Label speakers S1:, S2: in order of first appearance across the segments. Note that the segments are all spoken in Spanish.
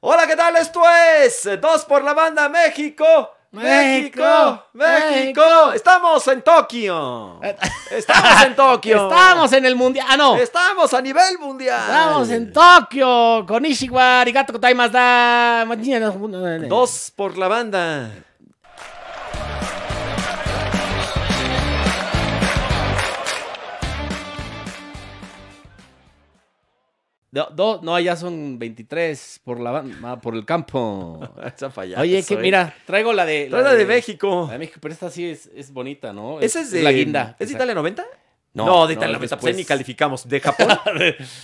S1: Hola, ¿qué tal? Esto es Dos por la Banda México. México, México.
S2: México. Eh,
S1: Estamos en Tokio. Estamos en Tokio.
S2: Estamos en el mundial. Ah, no.
S1: Estamos a nivel mundial.
S2: Estamos en Tokio. Con Ishiwa, Arigato, Kotai, Mazda.
S1: Dos por la banda.
S2: No, do- no, ya son 23 por, la, ban- ah, por el campo.
S1: Esa fallada.
S2: Oye, que
S1: soy.
S2: mira, traigo la de...
S1: Trae la ¿eh? de México.
S2: La de México, pero esta sí es, es bonita, ¿no?
S1: Esa es de.
S2: La guinda.
S1: ¿Es de
S2: Esa-
S1: Italia 90?
S2: No,
S1: de Italia 90.
S2: no,
S1: Pues
S2: después.
S1: ahí ni calificamos. ¿De Japón?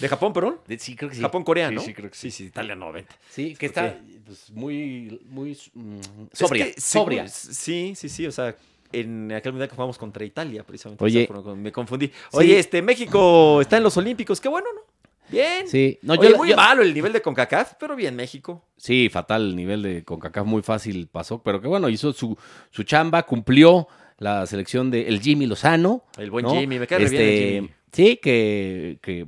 S1: ¿De Japón, perdón?
S2: De- sí, creo que sí.
S1: Japón-Corea,
S2: Sí,
S1: ¿no?
S2: Sí, creo que sí.
S1: Sí, sí, Italia 90.
S2: Sí, que
S1: ¿Por
S2: está pues, muy, muy mm, sobria.
S1: Es que,
S2: sobria.
S1: según- Sí, sí, sí. O sea, en aquel mundial que jugamos contra Italia, precisamente.
S2: Oye.
S1: o sea, fueron- me confundí. Oye, este, México está en los Olímpicos. Qué bueno, ¿no? Bien.
S2: Sí, no,
S1: Oye,
S2: yo-
S1: muy
S2: yo-
S1: malo el nivel de CONCACAF, pero bien México.
S2: Sí, fatal el nivel de CONCACAF, muy fácil pasó, pero que bueno, hizo su, su chamba, cumplió la selección de el Jimmy Lozano.
S1: El buen
S2: ¿no?
S1: Jimmy, me cae re bien el
S2: Este,
S1: Jimmy.
S2: Sí, que, que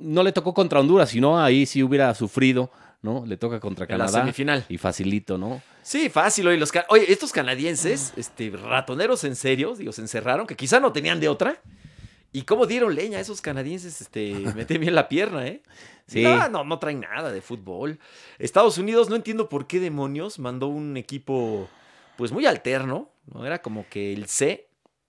S2: no le tocó contra Honduras, sino ahí sí hubiera sufrido, ¿no? Le toca contra
S1: En la
S2: Canadá.
S1: semifinal.
S2: Y facilito, ¿no?
S1: Sí, fácil. Oye, los ca- oye, estos
S2: Ah.
S1: canadienses, este, ratoneros en serio, digo, se encerraron, que quizá no tenían de otra. Y cómo dieron leña a esos canadienses, este, meten bien la pierna, ¿eh?
S2: Sí.
S1: No, no, no traen nada de fútbol. Estados Unidos, no entiendo por qué demonios mandó un equipo, pues muy alterno, ¿no? Era como que el C.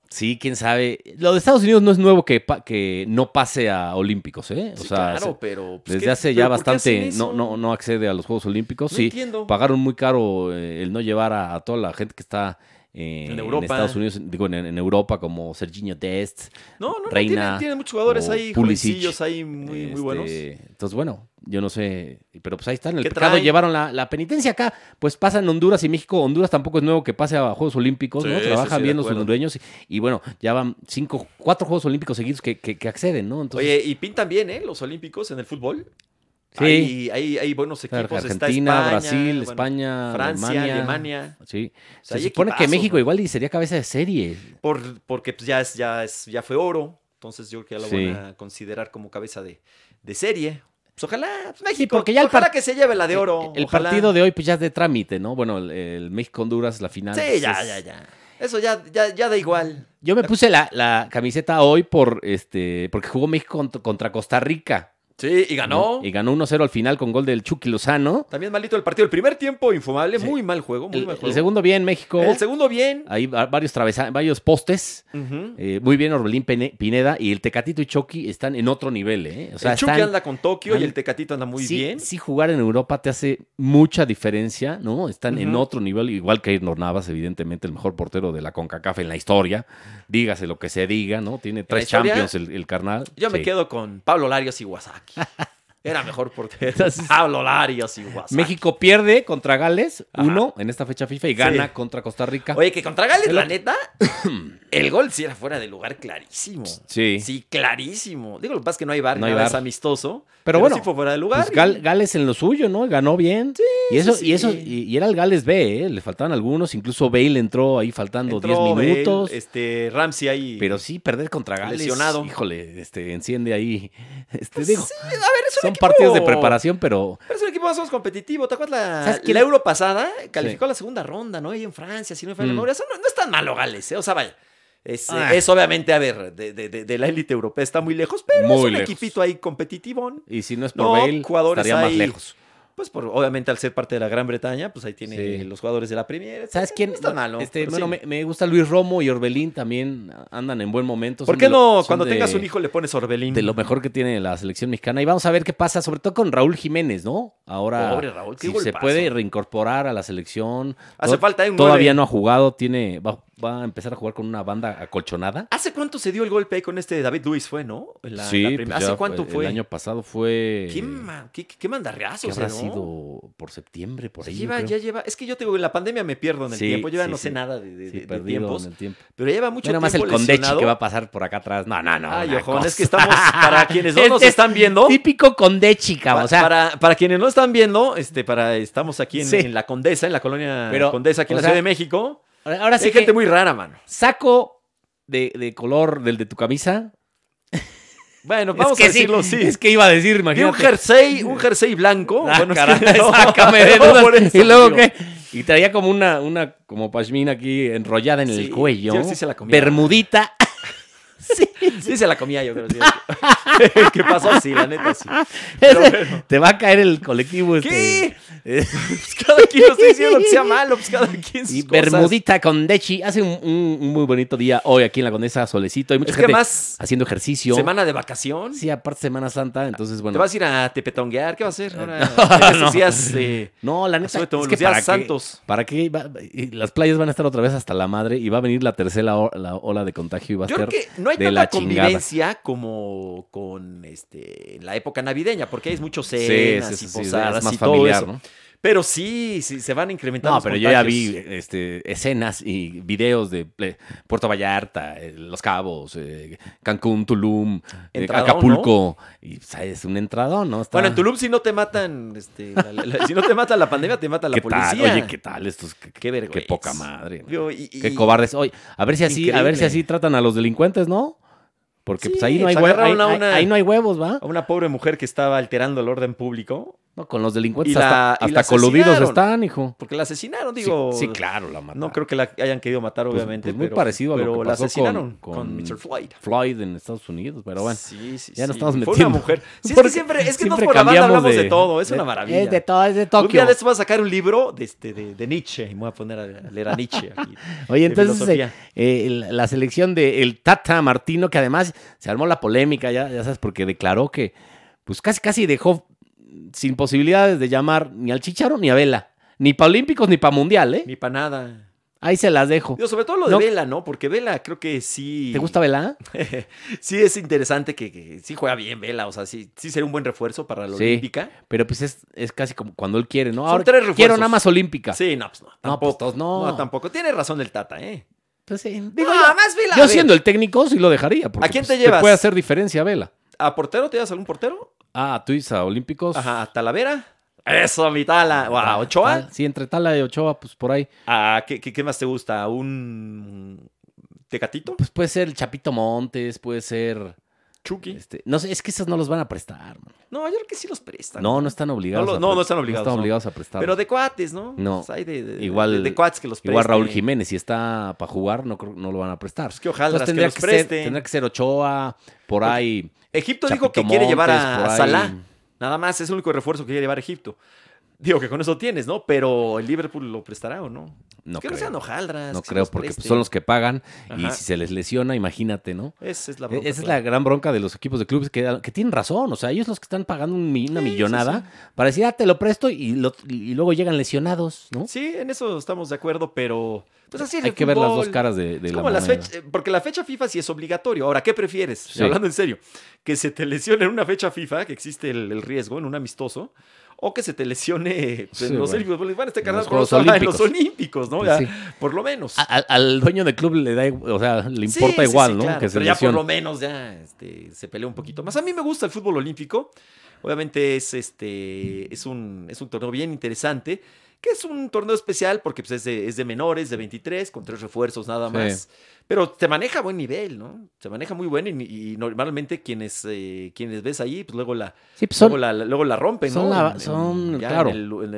S2: Sí, quién sabe. Lo de Estados Unidos no es nuevo que, pa- que no pase a Olímpicos, ¿eh? O
S1: Sí,
S2: sea,
S1: claro,
S2: se-
S1: pero. pues,
S2: desde
S1: ¿qué-
S2: hace
S1: pero
S2: ya
S1: por qué hacen
S2: bastante no,
S1: eso?
S2: no, no accede a los Juegos Olímpicos.
S1: No
S2: sí,
S1: entiendo.
S2: pagaron muy caro eh, el no llevar a, a toda la gente que está eh,
S1: En Europa.
S2: Estados Unidos, digo, en, en Europa, como Serginho Dest.
S1: No, no, no,
S2: Reina
S1: tienen, tienen muchos jugadores
S2: o
S1: ahí,
S2: Pulisic,
S1: jovencillos ahí muy, muy
S2: este,
S1: buenos.
S2: Entonces, bueno, yo no sé, pero pues ahí están, el
S1: ¿Qué
S2: pecado
S1: traen?
S2: llevaron la, la penitencia acá, pues pasan Honduras y México, Honduras tampoco es nuevo que pase a Juegos Olímpicos,
S1: Sí,
S2: ¿no?
S1: sí,
S2: Trabajan
S1: sí, de
S2: bien los
S1: acuerdo.
S2: hondureños y, y bueno, ya van cinco, cuatro Juegos Olímpicos seguidos que, que- que acceden, ¿no? Entonces,
S1: Oye, y pintan bien, ¿eh? Los Olímpicos en el fútbol.
S2: Sí.
S1: Hay, hay, hay buenos
S2: claro,
S1: equipos. está
S2: Argentina,
S1: España,
S2: Brasil,
S1: bueno,
S2: España,
S1: Francia,
S2: Alemania.
S1: Alemania.
S2: Sí.
S1: O sea,
S2: Se
S1: hay
S2: supone que
S1: equipazos,
S2: México
S1: ¿no?
S2: igual y sería cabeza de serie.
S1: Por, porque pues, ya, es, ya, es, ya fue oro. Entonces yo creo que ya lo
S2: Sí.
S1: van a considerar como cabeza de, de serie. Pues ojalá, pues, México,
S2: porque ya el
S1: ojalá
S2: par-
S1: que se lleve la de oro.
S2: El
S1: ojalá.
S2: partido de hoy pues ya es de trámite, ¿no? Bueno, el, México-Honduras, la final.
S1: Sí,
S2: pues,
S1: ya,
S2: es-
S1: ya, ya. Eso ya, ya, ya da igual.
S2: Yo me puse la, la camiseta hoy por este porque jugó México cont- contra Costa Rica.
S1: Sí, y
S2: ¿no? Y ganó 1-0 al final con gol del Chucky Lozano.
S1: También malito el partido. El primer tiempo, infumable.
S2: Sí.
S1: Muy mal juego, muy
S2: El,
S1: mal
S2: el
S1: juego.
S2: segundo bien México.
S1: El segundo bien.
S2: Ahí va- varios travesa- varios postes.
S1: Ujú.
S2: Eh, muy bien Orbelín Pene- Pineda y el Tecatito y Chucky están en otro nivel, ¿eh? O sea,
S1: el Chucky
S2: están-
S1: anda con Tokio y
S2: están-
S1: el Tecatito anda muy
S2: sí,
S1: bien.
S2: Sí, jugar en Europa te hace mucha diferencia, ¿no? Están en
S1: Ujú.
S2: otro nivel, igual que Irnor Navas, evidentemente, el mejor portero de la CONCACAF en la historia. Dígase lo que se diga, ¿no? Tiene tres
S1: historia?
S2: champions el, el carnal.
S1: Yo me
S2: Sí.
S1: quedo con Pablo Larios Iwasaki. Era mejor portero.
S2: Entonces-
S1: Pablo Larios Iwasaki.
S2: México pierde contra Gales,
S1: Ajá.
S2: uno, en esta fecha FIFA, y gana contra Costa Rica.
S1: Oye, que contra Gales,
S2: El
S1: la
S2: otro-
S1: neta, el gol sí era fuera de lugar clarísimo.
S2: sí.
S1: Sí, clarísimo. Digo, lo que pasa es que no hay bar,
S2: No hay
S1: nada,
S2: VAR.
S1: es amistoso.
S2: Pero bueno,
S1: sí fue fuera de lugar.
S2: Pues
S1: y-
S2: Gal- Gales en lo suyo, ¿no? Ganó bien. y eso,
S1: sí,
S2: y eso,
S1: sí.
S2: y, y era el Gales B, ¿eh? Le faltaban algunos, incluso Bale entró ahí faltando
S1: entró
S2: 10
S1: Bale,
S2: minutos.
S1: este, Ramsey ahí.
S2: Pero sí, perder contra Gales.
S1: Lesionado.
S2: Híjole, este, enciende ahí. Este,
S1: Pues
S2: digo,
S1: sí, a ver, es un
S2: son
S1: equipo-
S2: partidos de preparación, pero.
S1: Pero es un equipo más o menos competitivo. ¿Te acuerdas la,
S2: ¿Sabes quién?
S1: la Euro pasada? Calificó a la segunda ronda, ¿no? Y en Francia, si no me falla la
S2: Mm.
S1: memoria. Eso no, no es tan malo Gales, ¿eh? O sea, vaya. Es, eh,
S2: Ah.
S1: es obviamente, a ver, de, de- de- de la élite europea está muy lejos, pero es
S2: Muy
S1: un
S2: lejos.
S1: equipito ahí competitivón.
S2: Y si no es por
S1: No,
S2: Bale,
S1: jugadores
S2: estaría más
S1: ahí.
S2: lejos.
S1: Pues por, obviamente al ser parte de la Gran Bretaña, pues ahí tiene
S2: Sí.
S1: los jugadores de la Premier. etcétera.
S2: ¿Sabes quién?
S1: No está malo.
S2: Este,
S1: pero
S2: bueno,
S1: sí.
S2: me, me gusta Luis Romo y Orbelín también andan en buen momento.
S1: ¿Por
S2: son
S1: qué
S2: de lo-
S1: no
S2: son
S1: cuando
S2: de-
S1: tengas un hijo le pones Orbelín?
S2: De lo mejor que tiene la selección mexicana. Y vamos a ver qué pasa, sobre todo con Raúl Jiménez, ¿no? Ahora.
S1: Pobre Raúl, qué
S2: si se
S1: golpazo.
S2: puede reincorporar a la selección.
S1: Hace
S2: To-
S1: falta un nueve.
S2: Todavía no ha jugado, tiene, va, va a empezar a jugar con una banda acolchonada.
S1: ¿Hace cuánto se dio el golpe ahí con este David Luis? ¿Fue, no? La-
S2: sí,
S1: la prim-
S2: pues
S1: ¿Hace
S2: ya
S1: cuánto
S2: el-
S1: fue?
S2: El año pasado fue.
S1: ¿Qué, ma- qué, qué eh, mandarriazo
S2: que
S1: se
S2: habrá
S1: dio?
S2: sido por septiembre, por
S1: Se
S2: ahí. yo
S1: lleva,
S2: creo.
S1: ya lleva. Es que yo te digo, en la pandemia me pierdo en el
S2: Sí,
S1: tiempo. Yo ya
S2: sí,
S1: no
S2: sí.
S1: sé nada de, de-
S2: Sí,
S1: de
S2: perdido
S1: tiempos.
S2: en el tiempo.
S1: Pero ya lleva mucho
S2: Nada más el
S1: tiempo.
S2: condechi
S1: lesionado.
S2: que va a pasar por acá atrás. No, no, no.
S1: Ay,
S2: una
S1: ojones, es que
S2: cosa.
S1: estamos. Para quienes no nos
S2: Este es
S1: están viendo.
S2: Típico condechi,
S1: pa-
S2: cabrón. O sea,
S1: para, para quienes no están viendo, este, para, estamos aquí en,
S2: Sí.
S1: en la Condesa, en la colonia
S2: Pero,
S1: Condesa, aquí en la
S2: o sea,
S1: Ciudad de México.
S2: ahora ahora sí
S1: Hay
S2: que
S1: gente muy rara, mano.
S2: saco de, de color del de tu camisa.
S1: Bueno, vamos a decirlo así.
S2: Es que iba a decir,
S1: Y un
S2: imagínate.
S1: jersey, un jersey blanco.
S2: Ah,
S1: bueno, es que
S2: caray,
S1: no,
S2: sácame de
S1: no,
S2: dudas.
S1: por eso,
S2: y luego
S1: tío.
S2: qué? Y traía como una, una como pashmina aquí enrollada en
S1: Sí,
S2: el cuello.
S1: yo sí se la comía.
S2: Bermudita.
S1: Sí, sí se la comía yo, creo. sí. ¿Qué pasó? Sí, la neta, sí. Pero
S2: Ese-
S1: bueno.
S2: Te va a caer el colectivo. este.
S1: ¿Qué? Pues cada quien no está diciendo que sea malo, pues cada quien sus
S2: Y
S1: cosas.
S2: Bermudita con Dechi. Hace un, un- un muy bonito día hoy aquí en la Condesa Solecito. Hay mucha
S1: Es que
S2: gente
S1: más
S2: haciendo ejercicio.
S1: semana de vacación.
S2: Sí, aparte Semana Santa. Entonces,
S1: Te
S2: bueno.
S1: vas a ir a tepetonguear, ¿qué vas a hacer? Ahora,
S2: No,
S1: en esos
S2: no.
S1: días, eh,
S2: No, la neta.
S1: sobre todo
S2: es
S1: los
S2: que
S1: días
S2: para qué-
S1: santos.
S2: ¿Para qué? va- y las playas van a estar otra vez hasta la madre y va a venir la tercera o- la ola de contagio y va a
S1: yo creo
S2: ser
S1: que no hay
S2: de la
S1: tanta
S2: chingada.
S1: convivencia como con este, la época navideña, porque hay muchos
S2: Sí,
S1: cenas
S2: sí,
S1: y
S2: sí, sí,
S1: posadas
S2: es más
S1: y todo
S2: familiar,
S1: eso.
S2: ¿no?
S1: Pero sí, sí, se van incrementando
S2: No,
S1: los
S2: pero yo ya
S1: contagios.
S2: vi este, escenas y videos de ple- Puerto Vallarta, eh, Los Cabos, eh, Cancún, Tulum, eh,
S1: Entradón,
S2: Acapulco. Y, o sea, es un entradón, ¿no? Está-
S1: Bueno, en Tulum si no te matan, este, la- la- si no te mata la pandemia, te mata la
S2: ¿Qué
S1: policía.
S2: Tal? Oye, ¿qué tal estos? Qué,
S1: Qué vergüenza.
S2: qué poca madre. ¿no?
S1: Yo, y- y-
S2: Qué cobardes. Oye, a ver si así, a ver
S1: Increíble.
S2: si así tratan a los delincuentes, ¿no? Porque
S1: Sí,
S2: pues ahí no hay
S1: pues,
S2: huevos. Ahí,
S1: agarraron a una-
S2: ahí- ahí no hay huevos, ¿va?
S1: A una pobre mujer que estaba alterando el orden público,
S2: No, con los delincuentes
S1: Y la-
S2: hasta,
S1: y la
S2: hasta coludidos
S1: asesinaron.
S2: están, hijo.
S1: porque la asesinaron,
S2: Sí-
S1: digo.
S2: sí, claro, la mataron.
S1: No creo que la hayan querido matar,
S2: Pues-
S1: obviamente.
S2: pues muy
S1: pero,
S2: parecido a lo
S1: pero
S2: que
S1: la
S2: pasó con-
S1: asesinaron con,
S2: con-
S1: Mr. Floyd.
S2: Floyd en Estados Unidos, pero bueno.
S1: Sí, sí,
S2: ya nos
S1: sí. Fue
S2: estamos
S1: una
S2: metiendo.
S1: mujer. Sí, es que
S2: Porque
S1: siempre, es que no
S2: siempre
S1: por la banda
S2: cambiamos
S1: hablamos de, todo. Es una maravilla.
S2: Es de todo, es de
S1: Un día
S2: Tokio.
S1: de estos voy a sacar un libro de, este, de, de Nietzsche y me voy a poner a leer a Nietzsche. aquí,
S2: Oye,
S1: de
S2: entonces eh,
S1: filosofía.
S2: eh, la la selección de el Tata Martino, que además se armó la polémica, ya, ya sabes, porque declaró que pues casi casi dejó sin posibilidades de llamar ni al Chicharo ni a Vela. Ni para Olímpicos ni para Mundial, ¿eh?
S1: Ni para nada.
S2: Ahí se las dejo.
S1: Digo, sobre todo lo de
S2: No.
S1: Vela, ¿no? Porque Vela creo que sí.
S2: ¿Te gusta Vela?
S1: Sí, es interesante que, que sí juega bien Vela. O sea, sí, sí sería un buen refuerzo para la
S2: Sí.
S1: Olímpica.
S2: Pero pues es, es casi como cuando él quiere, ¿no?
S1: Son
S2: Ahora
S1: tres
S2: quiero
S1: refuerzos.
S2: nada más Olímpica.
S1: Sí, no, pues no.
S2: No,
S1: Tampoco.
S2: pues, todos no.
S1: No, tampoco. Tiene razón el Tata, ¿eh?
S2: Pues, sí, digo,
S1: No,
S2: yo,
S1: más Vela.
S2: yo
S1: A ver,
S2: siendo el técnico sí lo dejaría. Porque,
S1: ¿A quién
S2: pues,
S1: te llevas?
S2: puede hacer diferencia, Vela.
S1: ¿A portero te llevas algún portero?
S2: Ah, Tuiza, Olímpicos.
S1: Ajá, ¿a Talavera? Eso, mi Tala. ¿O ¿A
S2: Ta-
S1: Ochoa?
S2: Tal- Sí, entre Tala y Ochoa, pues por ahí.
S1: ¿A qué, qué- qué más te gusta? ¿A un Tecatito?
S2: Pues puede ser el Chapito Montes, puede ser.
S1: ¿Chucky?
S2: Este, no sé, es que esos no los van a prestar. man.
S1: No, yo creo que sí los prestan.
S2: No, no están obligados.
S1: No lo-
S2: a
S1: no, no
S2: pre-
S1: están obligados,
S2: No están
S1: no.
S2: obligados a prestar.
S1: Pero de cuates, ¿no?
S2: No.
S1: Pues hay de, de-
S2: Igual-
S1: de, de cuates que los presten.
S2: Igual Raúl Jiménez, si está para jugar, no, creo- no lo van a prestar.
S1: Pues que ojalá
S2: Entonces
S1: que
S2: tendría
S1: los
S2: que, ser,
S1: presten.
S2: tendría que ser Ochoa, por
S1: Porque
S2: ahí.
S1: Egipto dijo
S2: Chapito
S1: que quiere llevar a,
S2: Montes, por
S1: a
S2: ahí.
S1: Salah. Nada más, es el único refuerzo que quiere llevar a Egipto. Digo que con eso tienes, ¿no? Pero el Liverpool lo prestará o no.
S2: No
S1: que no
S2: creo.
S1: sean hojaldras.
S2: No
S1: que
S2: creo,
S1: los
S2: porque pues,
S1: presten.
S2: son los que pagan y
S1: Ajá.
S2: si se les lesiona, imagínate, ¿no?
S1: Esa es la
S2: E-
S1: bronca,
S2: Esa es la
S1: claro.
S2: gran bronca de los equipos de clubes que, que tienen razón. O sea, ellos los que están pagando un mi- una
S1: Sí, sí,
S2: millonada para decir, ah, te lo presto y, lo- y luego llegan lesionados, ¿no?
S1: Sí, en eso estamos de acuerdo, pero. Pues así es
S2: Hay
S1: el
S2: que ver las dos
S1: fútbol.
S2: caras de, de
S1: Es
S2: la
S1: como las
S2: moneda.
S1: fech- eh, porque la fecha FIFA sí es obligatorio. Ahora, ¿qué prefieres?
S2: Sí.
S1: Hablando en serio, que se te lesione en una fecha FIFA, que existe el, el riesgo en un amistoso, o que se te lesione pues, en
S2: Sí,
S1: los
S2: bueno.
S1: Olímpicos. Bueno, este
S2: En
S1: carnal
S2: los
S1: por
S2: Juegos
S1: eso habla en los
S2: Olímpicos.
S1: Olímpicos, ¿no?
S2: Pues
S1: Ya,
S2: sí.
S1: Por lo menos.
S2: A- al- al dueño del club le da, ig- o sea, le importa
S1: Sí, sí,
S2: igual,
S1: sí,
S2: ¿no?
S1: claro,
S2: que se
S1: pero ya por
S2: lesione.
S1: lo menos ya este, se pelea un poquito más. A mí me gusta el fútbol olímpico. Obviamente es este es un, es un torneo bien interesante, que es un torneo especial porque pues, es, de, es de menores, de 23, con tres refuerzos nada
S2: Sí.
S1: más. Pero te maneja a buen nivel, ¿no? Se maneja muy bueno y, y normalmente quienes, eh, quienes ves ahí, pues luego la,
S2: Sí, pues son
S1: luego la, la- luego la rompen,
S2: son
S1: ¿no?
S2: la-
S1: En- en-
S2: son,
S1: ya
S2: claro,
S1: en el, en el-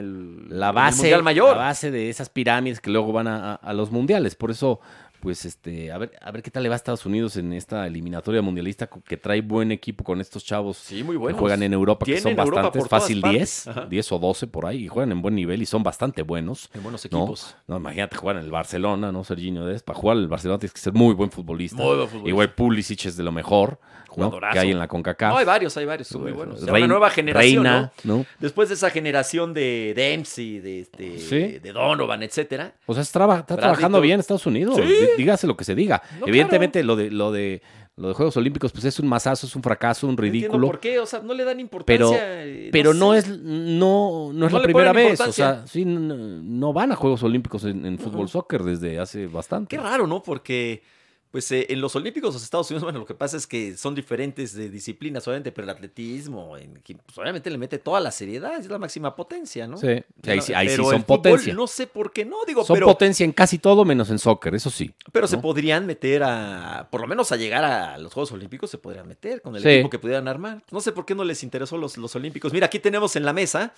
S1: en
S2: la
S1: el
S2: base,
S1: Mundial Mayor.
S2: la base de esas pirámides que luego van a, a- a los mundiales. Por eso, pues, este, a ver, a ver qué tal le va a Estados Unidos en esta eliminatoria mundialista co- que trae buen equipo con estos chavos
S1: Sí, muy
S2: que
S1: bueno.
S2: juegan en Europa, que
S1: Tienen
S2: son
S1: Europa
S2: bastantes,
S1: por todas
S2: fácil
S1: partes.
S2: 10,
S1: Ajá.
S2: 10 o 12 por ahí, y juegan en buen nivel y son bastante buenos.
S1: buenos
S2: ¿no?
S1: equipos.
S2: No, imagínate jugar en el Barcelona, ¿no? Serginho Dest. Para jugar en el Barcelona tienes que ser muy buen futbolista.
S1: Muy buen futbolista.
S2: Igual Pulisic es de lo mejor ¿no?
S1: Jugadorazo.
S2: que hay en la CONCACAF. eh,
S1: No, hay varios, hay varios, son muy buenos. O sea,
S2: Rein-
S1: una nueva generación, ¿no?
S2: Reina, ¿no?
S1: Después de esa generación de Dempsey, de, este,
S2: Sí.
S1: de Donovan, etcétera.
S2: O sea, está, traba- está
S1: Bradley
S2: trabajando
S1: Cooper.
S2: bien Estados Unidos.
S1: Sí.
S2: Dí- Dígase lo que se diga.
S1: No,
S2: Evidentemente, lo de lo de lo de Juegos Olímpicos, pues es un masazo, es un fracaso, un
S1: No entiendo
S2: ridículo.
S1: por qué, o sea, no le dan importancia. eh,
S2: Pero no
S1: sé.
S2: es no, no es
S1: No
S2: la
S1: le
S2: primera
S1: ponen
S2: vez. O sea,
S1: importancia.
S2: sí, no, no van a Juegos Olímpicos en, en fútbol soccer desde hace bastante.
S1: Qué raro, ¿no? Porque Pues eh, en los Olímpicos los Estados Unidos, bueno, lo que pasa es que son diferentes de disciplinas, obviamente, pero el atletismo, en- pues, obviamente le mete toda la seriedad, es la máxima potencia, ¿no?
S2: Sí, sí, ahí sí- ahí sí
S1: Pero el
S2: son
S1: fútbol,
S2: potencia.
S1: No sé por qué no, digo,
S2: Son
S1: pero,
S2: potencia en casi todo menos en soccer, eso sí.
S1: pero se
S2: ¿no?
S1: podrían meter a, por lo menos a llegar a los Juegos Olímpicos, se podrían meter con el
S2: Sí.
S1: equipo que pudieran armar. No sé por qué no les interesó los, los Olímpicos. Mira, aquí tenemos en la mesa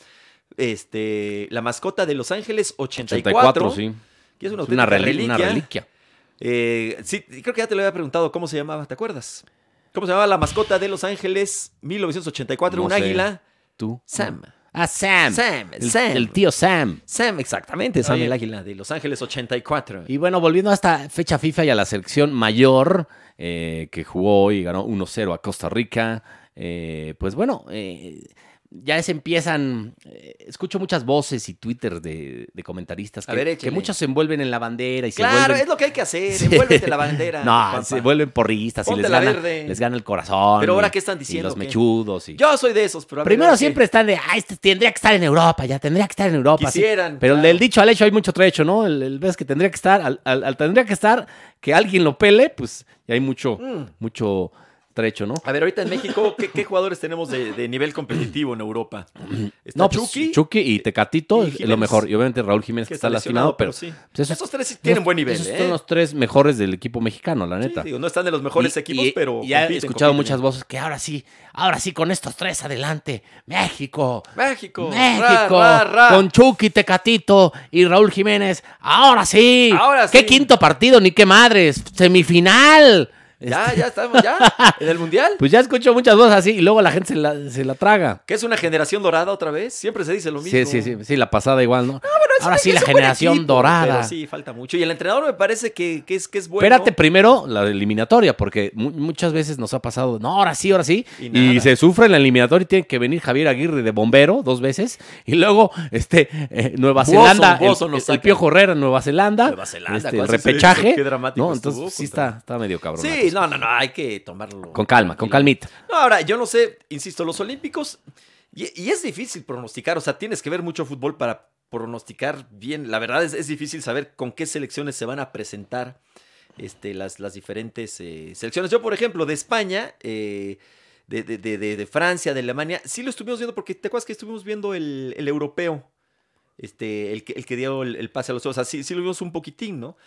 S1: este, la mascota de Los Ángeles 84,
S2: 84, sí.
S1: que es una,
S2: Es una,
S1: auténtica
S2: reli- una
S1: reliquia.
S2: reliquia.
S1: Eh, sí, creo que ya te lo había preguntado cómo se llamaba, ¿te acuerdas? ¿Cómo se llamaba la mascota de Los Ángeles 1984?
S2: No
S1: un
S2: sé.
S1: águila.
S2: Tú.
S1: Sam.
S2: Ah, Sam.
S1: Sam,
S2: El,
S1: Sam.
S2: el tío Sam.
S1: Sam, exactamente, Sam
S2: Oye.
S1: el águila de Los Ángeles 84.
S2: Y bueno, volviendo a esta fecha FIFA y a la selección mayor eh, que jugó y ganó 1-0 a Costa Rica, eh, pues bueno, eh, ya se empiezan, eh, escucho muchas voces y Twitter de, de comentaristas
S1: A
S2: que,
S1: ver,
S2: que
S1: échale.
S2: muchos se envuelven en la bandera y se
S1: claro,
S2: vuelven...
S1: es lo que hay que hacer.
S2: Sí.
S1: Envuélvete la bandera.
S2: No,
S1: Juanpa.
S2: se vuelven porristas y
S1: Ponte
S2: les
S1: la
S2: gana,
S1: verde.
S2: les gana el corazón.
S1: Pero ahora,
S2: y-
S1: ¿qué están
S2: Y
S1: diciendo,
S2: los
S1: qué?
S2: mechudos. Y...
S1: Yo soy de esos, pero... a mí me
S2: Primero
S1: da que
S2: siempre están de, ah, este tendría que estar en Europa, ya tendría que estar en Europa. sí".
S1: Quisieran.
S2: Pero el
S1: claro.
S2: del dicho al hecho hay mucho trecho, ¿no? El, el ves que tendría que estar, al, al- al tendría que estar, que alguien lo pele, pues y hay mucho,
S1: Mm.
S2: mucho trecho, ¿no?
S1: A ver, ahorita en México, ¿qué, qué jugadores tenemos de, de nivel competitivo en Europa? Está
S2: No, pues,
S1: Chucky,
S2: Chucky y Tecatito
S1: y
S2: es lo
S1: Jiménez.
S2: mejor. Y obviamente Raúl Jiménez que está,
S1: lesionado,
S2: lastimado, pero
S1: sí.
S2: pues, esos-
S1: esos, tres sí tienen buen nivel,
S2: esos
S1: ¿eh?
S2: son los tres mejores del equipo mexicano, la
S1: Sí,
S2: neta.
S1: digo, no están de los mejores
S2: Y-
S1: equipos,
S2: y-
S1: pero...
S2: y he
S1: compiten,
S2: escuchado
S1: compiten.
S2: muchas voces que ahora sí, ahora sí con estos tres adelante, México,
S1: México.
S2: México,
S1: Ra, ra, ra.
S2: con Chucky, Tecatito y Raúl Jiménez. Ahora sí.
S1: Ahora
S2: ¿Qué
S1: sí.
S2: quinto partido? Ni qué madres. Semifinal.
S1: Ya,
S2: Este,
S1: ya estamos, ya. En el Mundial.
S2: Pues ya escucho muchas voces así y luego la gente se la, se la traga.
S1: Que es una generación dorada otra vez. Siempre se dice lo mismo.
S2: Sí, sí, sí, sí, la pasada igual, ¿no?
S1: Pero es
S2: Ahora
S1: un-
S2: sí,
S1: es
S2: la
S1: un buen
S2: generación
S1: equipo,
S2: dorada.
S1: Pero sí, falta mucho. Y el entrenador me parece que, que es, que es bueno.
S2: Espérate primero la eliminatoria, porque mu- muchas veces nos ha pasado, no, ahora sí, ahora sí,
S1: Y
S2: y,
S1: nada.
S2: se sufre en la eliminatoria y tiene que venir Javier Aguirre de bombero dos veces, y luego este eh, Nueva
S1: Bozo,
S2: Zelanda, el-
S1: Bozo nos
S2: el,
S1: saca.
S2: Piojo Herrera en Nueva Zelanda,
S1: Nueva Zelanda,
S2: este, el
S1: ¿cuál es ese?
S2: repechaje,
S1: Qué dramático
S2: ¿no?
S1: estuvo
S2: entonces sí
S1: contra-
S2: está, está medio cabrón. la
S1: Sí,
S2: cosa.
S1: no, no, no. Hay que tomarlo.
S2: Con calma, con
S1: tranquilo.
S2: calmita.
S1: No, ahora, yo no sé, insisto, los Olímpicos. Y, y es difícil pronosticar. O sea, tienes que ver mucho fútbol para pronosticar bien. La verdad es, es difícil saber con qué selecciones se van a presentar este, las, las diferentes eh, selecciones. Yo, por ejemplo, de España. eh, de, de- de- de- de Francia, de Alemania, sí lo estuvimos viendo porque te acuerdas que estuvimos viendo el, el europeo, este, el, que, el que dio el, el pase a los ojos, o sea, sí, sí lo vimos un poquitín, ¿no?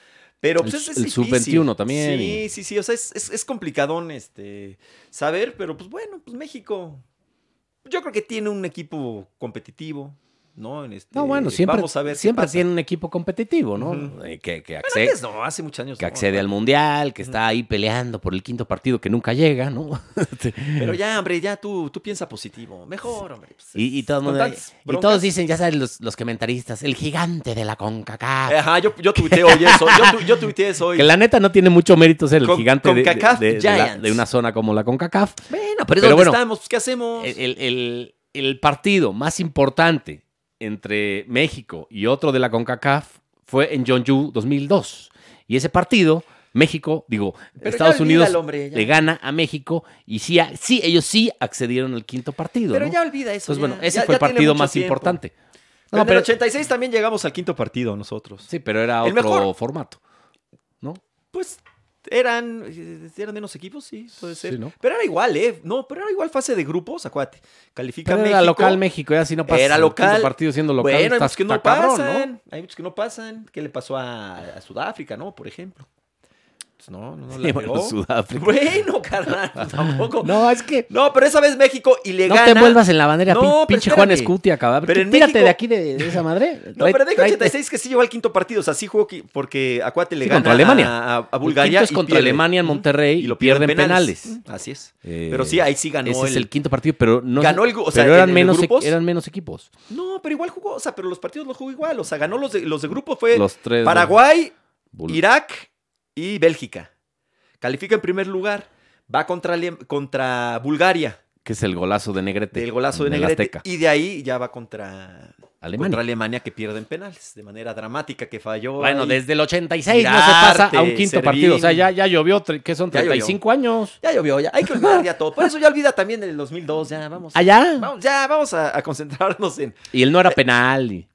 S1: Pero pues,
S2: El-
S1: es, es
S2: el
S1: difícil.
S2: sub-21 también
S1: Sí,
S2: y-
S1: sí, sí, o sea, es, es, es complicadón este, saber, pero pues bueno, pues México, yo creo que tiene un equipo competitivo, ¿no? En este,
S2: No, bueno, siempre,
S1: vamos a ver qué
S2: siempre
S1: pasa.
S2: tiene un equipo competitivo, ¿no?
S1: Ujú.
S2: Eh, que, que
S1: Pero
S2: accede-
S1: antes no, hace muchos años.
S2: que
S1: no,
S2: accede al mundial, que está ahí peleando por el quinto partido que nunca llega, ¿no?
S1: Pero ya, hombre, ya tú, tú piensa positivo, mejor, hombre. pues,
S2: Y, y todo el
S1: con
S2: mundo-
S1: tantas
S2: y todos
S1: broncas.
S2: dicen, ya sabes, los, los comentaristas, el gigante de la CONCACAF.
S1: Ajá, yo, yo tuiteé hoy eso. Yo, tu- yo tuiteé eso hoy.
S2: que la neta no tiene mucho mérito ser el
S1: Con-
S2: gigante de, de-
S1: CONCACAF
S2: de- de la-
S1: Giants.
S2: de una zona como la CONCACAF.
S1: Bueno,
S2: pero eh,
S1: pero,
S2: es donde
S1: ¿dónde
S2: estamos,
S1: estamos? ¿Qué hacemos?
S2: El, el- el- el partido más importante entre México y otro de la CONCACAF fue en Jeonju 2002. Y ese partido, México, digo, Estados Unidos le gana a México y sí, a- sí, ellos sí accedieron al quinto partido.
S1: Pero
S2: ¿no?
S1: ya olvida eso.
S2: Entonces,
S1: ya,
S2: bueno, ese
S1: ya-
S2: fue
S1: ya
S2: el
S1: tiene
S2: partido
S1: mucho
S2: más
S1: tiempo.
S2: importante.
S1: Pero
S2: No,
S1: en el
S2: pero-
S1: 86 también llegamos al quinto partido nosotros.
S2: Sí, pero era
S1: El
S2: otro
S1: mejor.
S2: formato. ¿No?
S1: Pues eran, eh, eran menos equipos, sí, puede ser.
S2: Sí, ¿no?
S1: Pero era igual, ¿eh? No, pero era igual fase de grupos, acuérdate. Califica
S2: Pero
S1: México.
S2: era local México, ya si no pasa.
S1: Era local.
S2: partido siendo local.
S1: bueno, hay
S2: está-
S1: muchos que no
S2: está cabrón,
S1: pasan. Hay muchos que no pasan. ¿Qué le pasó a, a Sudáfrica, no? Por ejemplo. Pues no, no, no. La
S2: Sí, bueno,
S1: pegó.
S2: Sudáfrica.
S1: Bueno, carnal, tampoco. No,
S2: No, es que.
S1: pero esa vez México y le
S2: no
S1: gana.
S2: te envuelvas en la bandera,
S1: No,
S2: pin-
S1: pero
S2: pinche Juan
S1: espérame.
S2: Escutia, cabrón.
S1: Pero en
S2: Tírate
S1: México-
S2: de aquí de, de esa madre.
S1: No,
S2: Trae-
S1: pero deja
S2: trae-
S1: 86 que sí llegó al quinto partido. O sea, sí jugó qui- porque Acuate le
S2: Sí,
S1: gana
S2: contra Alemania.
S1: A, a- a
S2: El
S1: Bulgaria.
S2: quinto es
S1: y
S2: contra
S1: pierde.
S2: Alemania en
S1: Ujú.
S2: Monterrey
S1: Y lo
S2: pierden
S1: pierden
S2: penales.
S1: penales. Ujú, Así es.
S2: Eh,
S1: Pero sí, ahí sí ganó.
S2: Ese es
S1: el-
S2: el quinto partido, pero no.
S1: Ganó el gru- o sea,
S2: pero
S1: en
S2: eran
S1: el
S2: menos, e-
S1: grupos.
S2: eran menos equipos.
S1: No, pero igual jugó. O sea, pero los partidos los jugó igual. O sea, ganó los de, los de grupo. Fue
S2: Los tres. ¿no?
S1: Paraguay,
S2: Bul-
S1: Irak y Bélgica. Califica en primer lugar. Va contra, Alem- contra Bulgaria.
S2: Que es el golazo de Negrete.
S1: Del golazo de
S2: en el
S1: Negrete.
S2: Azteca.
S1: Y de ahí ya va contra
S2: Alemania.
S1: contra Alemania que pierde en penales. De manera dramática que falló.
S2: Bueno,
S1: ahí.
S2: desde el 86 no se
S1: Girarte,
S2: pasa a un quinto
S1: Servín.
S2: partido. O sea, ya, ya llovió, tre- que son
S1: Ya llovió.
S2: 35 años.
S1: Ya llovió, ya. Hay que olvidar ya todo. Por eso ya olvida también el 2002. Ya, vamos.
S2: Allá.
S1: Vamos, ya, vamos a, a concentrarnos en.
S2: Y él no era penal. y-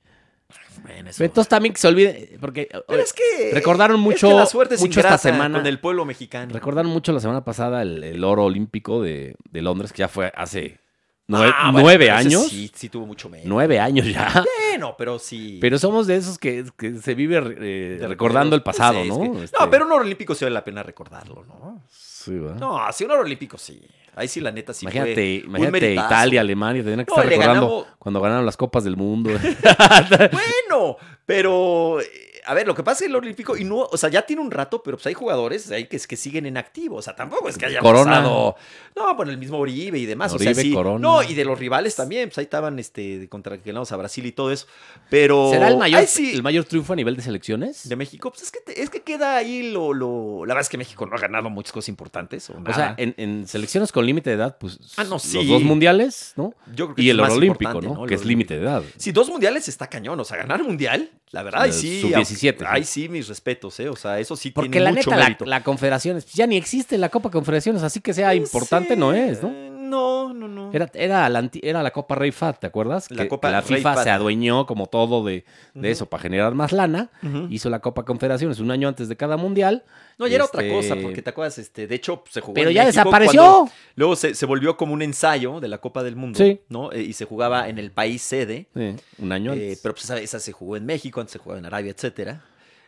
S1: Bueno, eso.
S2: Entonces también que se olvide, porque eh,
S1: Pero es que.
S2: recordaron
S1: es que
S2: mucho-
S1: la suerte es
S2: mucho esta
S1: ingrata
S2: semana.
S1: Con el pueblo mexicano.
S2: recordaron mucho la semana pasada el, el oro olímpico de, de Londres, que ya fue hace nue-
S1: Ah, bueno,
S2: nueve
S1: pero ese
S2: años.
S1: Sí, sí tuvo mucho menos.
S2: Nueve años ya.
S1: Bueno, pero sí.
S2: Pero somos de esos que, que se vive eh,
S1: De
S2: recordando el
S1: recuerdos.
S2: pasado,
S1: Pues es
S2: ¿no?
S1: que-
S2: Este, Ah.
S1: No, pero un oro olímpico sí vale la pena recordarlo, ¿no?
S2: sí, ¿verdad?
S1: No, sí, un oro olímpico sí. Ahí sí, la neta, sí fue
S2: imagínate
S1: un
S2: imagínate
S1: meritazo.
S2: Italia, Alemania, tendrían que
S1: No,
S2: estar
S1: le
S2: recordando
S1: ganamos-
S2: cuando ganaron las copas del mundo.
S1: Bueno, pero... eh, A ver, lo que pasa es que el oro olímpico, y no, o sea, ya tiene un rato, pero pues hay jugadores ahí que, que siguen en activo. O sea, tampoco es que haya
S2: Corona.
S1: pasado- No, bueno, el mismo Oribe y demás. o
S2: Oribe,
S1: sea, sí.
S2: Corona.
S1: No, y de los rivales también. Pues ahí estaban este, contra que ganamos a Brasil y todo eso. Pero.
S2: ¿Será el mayor,
S1: ahí sí,
S2: el mayor triunfo a nivel de selecciones?
S1: de México, pues es que, te- es que queda ahí lo, lo. La verdad es que México no ha ganado muchas cosas importantes. O,
S2: o
S1: nada.
S2: sea, en, en selecciones con límite de edad, pues
S1: Ah, no, sí.
S2: los dos mundiales, ¿no?
S1: Yo creo que
S2: Y
S1: es
S2: el
S1: más
S2: oro olímpico,
S1: importante,
S2: ¿no?
S1: El
S2: Que
S1: oro
S2: es límite de edad.
S1: Sí, dos mundiales está cañón. O sea, ganar mundial, la verdad, ahí
S2: Eh,
S1: sí.
S2: sub-17,
S1: aunque-
S2: ¿no?
S1: Ahí sí, mis respetos, ¿eh? O sea, eso sí
S2: Porque
S1: tiene
S2: la
S1: mucho
S2: neta, la,
S1: mérito.
S2: la Confederaciones, pues, ya ni existe la Copa Confederaciones, así que sea
S1: Pues,
S2: importante no
S1: eh,
S2: es, ¿no?
S1: No, no, no.
S2: Era, era, la, anti- era la Copa Rey Fat, ¿te acuerdas?
S1: La
S2: Que
S1: Copa
S2: la
S1: Rey
S2: FIFA
S1: Fat.
S2: se adueñó como todo de, de
S1: Ujú.
S2: eso para generar más lana.
S1: Ujú.
S2: Hizo la Copa Confederaciones un año antes de cada mundial.
S1: no, y era otra
S2: este,
S1: cosa, porque te acuerdas, este, de hecho, se jugó.
S2: Pero
S1: en
S2: ya
S1: México cuando-
S2: desapareció.
S1: luego se, se volvió como un ensayo de la Copa del Mundo,
S2: Sí.
S1: ¿no? Eh, y se jugaba en el país sede.
S2: Sí, un
S1: Eh,
S2: año antes.
S1: pero pues esa, esa se jugó en México, antes se jugó en Arabia, etcétera.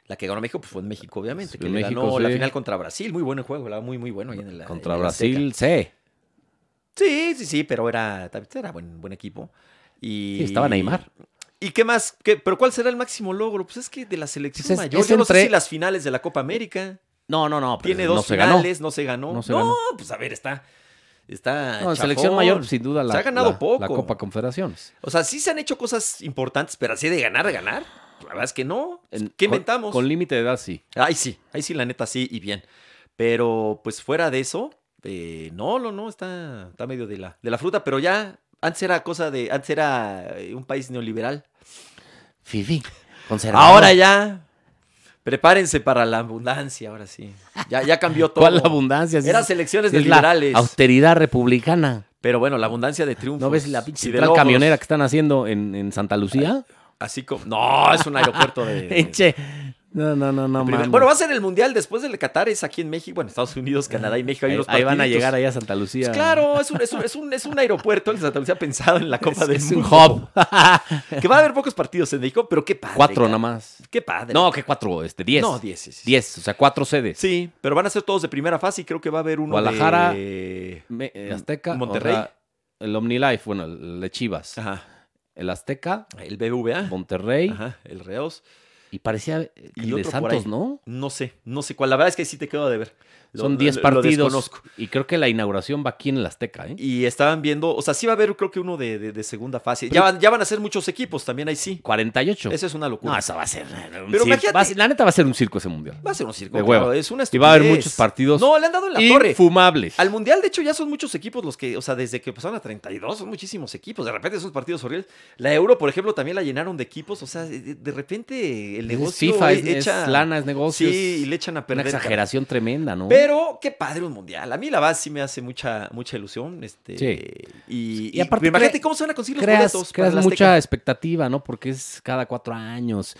S1: La que ganó México pues fue en México, obviamente.
S2: Pues,
S1: que
S2: en
S1: le
S2: México,
S1: ganó la
S2: sí.
S1: final contra Brasil. Muy bueno el juego, la verdad, muy, muy bueno. ahí en la-
S2: Contra
S1: en el Azteca.
S2: Brasil, sí.
S1: Sí, sí, sí, pero era, era buen, buen equipo. Y,
S2: Sí, estaba Neymar.
S1: ¿Y qué más? ¿Qué- ¿Pero cuál será el máximo logro? Pues es que de la selección
S2: Pues es-
S1: mayor,
S2: es
S1: yo no sé
S2: entre-
S1: si las finales de la Copa América.
S2: No, no, no. pero
S1: Tiene
S2: no
S1: dos
S2: se ganó.
S1: finales, no se ganó.
S2: No
S1: No,
S2: se ganó.
S1: pues a ver, está. Está.
S2: No, en
S1: chafón.
S2: selección mayor, pues, sin duda, la,
S1: Se ha ganado
S2: la-
S1: poco.
S2: la Copa Confederaciones.
S1: O sea, sí se han hecho cosas importantes, pero así de ganar, ganar. La verdad es que no.
S2: En-
S1: ¿Qué
S2: con-
S1: inventamos?
S2: Con, límite de edad, sí.
S1: Ay, sí, ahí sí, la neta, sí, y bien. Pero pues fuera de eso, eh, no, no, no, está, está medio de la, de la fruta, pero ya antes era cosa de, antes era eh, un país neoliberal.
S2: Fifi. Conservador.
S1: Ahora ya, prepárense para la abundancia, ahora sí. Ya, ya cambió todo.
S2: ¿Cuál la abundancia? Si
S1: Eran
S2: es-
S1: elecciones
S2: si
S1: de
S2: es la
S1: liberales.
S2: austeridad republicana.
S1: Pero bueno, la abundancia de triunfos.
S2: ¿No ves la
S1: y
S2: pinche
S1: de
S2: central
S1: logros,
S2: camionera que están haciendo en, en Santa Lucía?
S1: Así como. No, es un aeropuerto de. de-
S2: Pinche. Eh, No, no, no, no,
S1: primer-
S2: mames.
S1: bueno, va a ser el mundial después del Qatar, es aquí en México, bueno, Estados Unidos, Canadá y México. Hay
S2: ahí,
S1: unos
S2: ahí van a
S1: partiditos.
S2: llegar allá a Santa Lucía.
S1: Pues claro, es un, es un- es un- es un aeropuerto el de Santa Lucía pensado en la Copa
S2: Es,
S1: del
S2: es un
S1: Mundo.
S2: hub.
S1: Que va a haber pocos partidos en México, pero qué padre.
S2: cuatro
S1: cara.
S2: nada más.
S1: Qué padre.
S2: No, que cuatro, este, diez.
S1: No, diez, sí, sí.
S2: Diez, o sea, cuatro sedes.
S1: Sí, pero van a ser todos de primera fase y creo que va a haber uno
S2: Guadalajara.
S1: de...
S2: Me- eh, Azteca.
S1: Mm, Monterrey.
S2: o sea, el OmniLife, bueno, el de Chivas.
S1: Ajá.
S2: El Azteca,
S1: El BBVA.
S2: Monterrey.
S1: Ajá, el Reos.
S2: Y parecía eh,
S1: Y
S2: el de
S1: otro por ahí.
S2: Santos, ¿no?
S1: No sé, no sé cuál. La verdad es que sí te quedo de ver. Lo-
S2: Son
S1: lo-
S2: 10
S1: lo
S2: partidos.
S1: desconozco.
S2: Y creo que la inauguración va aquí en el Azteca, ¿eh?
S1: Y estaban viendo, o sea, sí va a haber creo que uno de, de- de segunda fase. Ya van, ya van a ser muchos equipos también ahí sí.
S2: 48.
S1: Esa es una locura.
S2: No, esa va a ser. eh, un
S1: Pero
S2: circo.
S1: imagínate-
S2: Va a ser- la neta va a ser un circo ese mundial.
S1: Va a ser un circo.
S2: De hueva.
S1: claro, Es una
S2: Y va a haber
S1: estupidez.
S2: muchos partidos.
S1: No, le han dado en la torre.
S2: Infumables.
S1: Al Mundial, de hecho, ya son muchos equipos los que, o sea, desde que pasaron a 32, son muchísimos equipos. De repente esos partidos horribles. La Euro, por ejemplo, también la llenaron de equipos. O sea, de de repente el
S2: Es
S1: negocio
S2: FIFA, es,
S1: e- echa
S2: es lana, es negocio.
S1: Sí, y
S2: es
S1: le echan a
S2: una
S1: perder. cara.
S2: exageración tremenda, ¿no?
S1: Pero qué padre un mundial. A mí la verdad sí me hace mucha mucha ilusión. Este,
S2: Sí.
S1: Y,
S2: Y
S1: y
S2: aparte
S1: pero imagínate
S2: crea-
S1: cómo se van a conseguir los
S2: creas,
S1: boletos. para
S2: creas
S1: el Azteca.
S2: mucha expectativa, ¿no? Porque es cada cuatro años.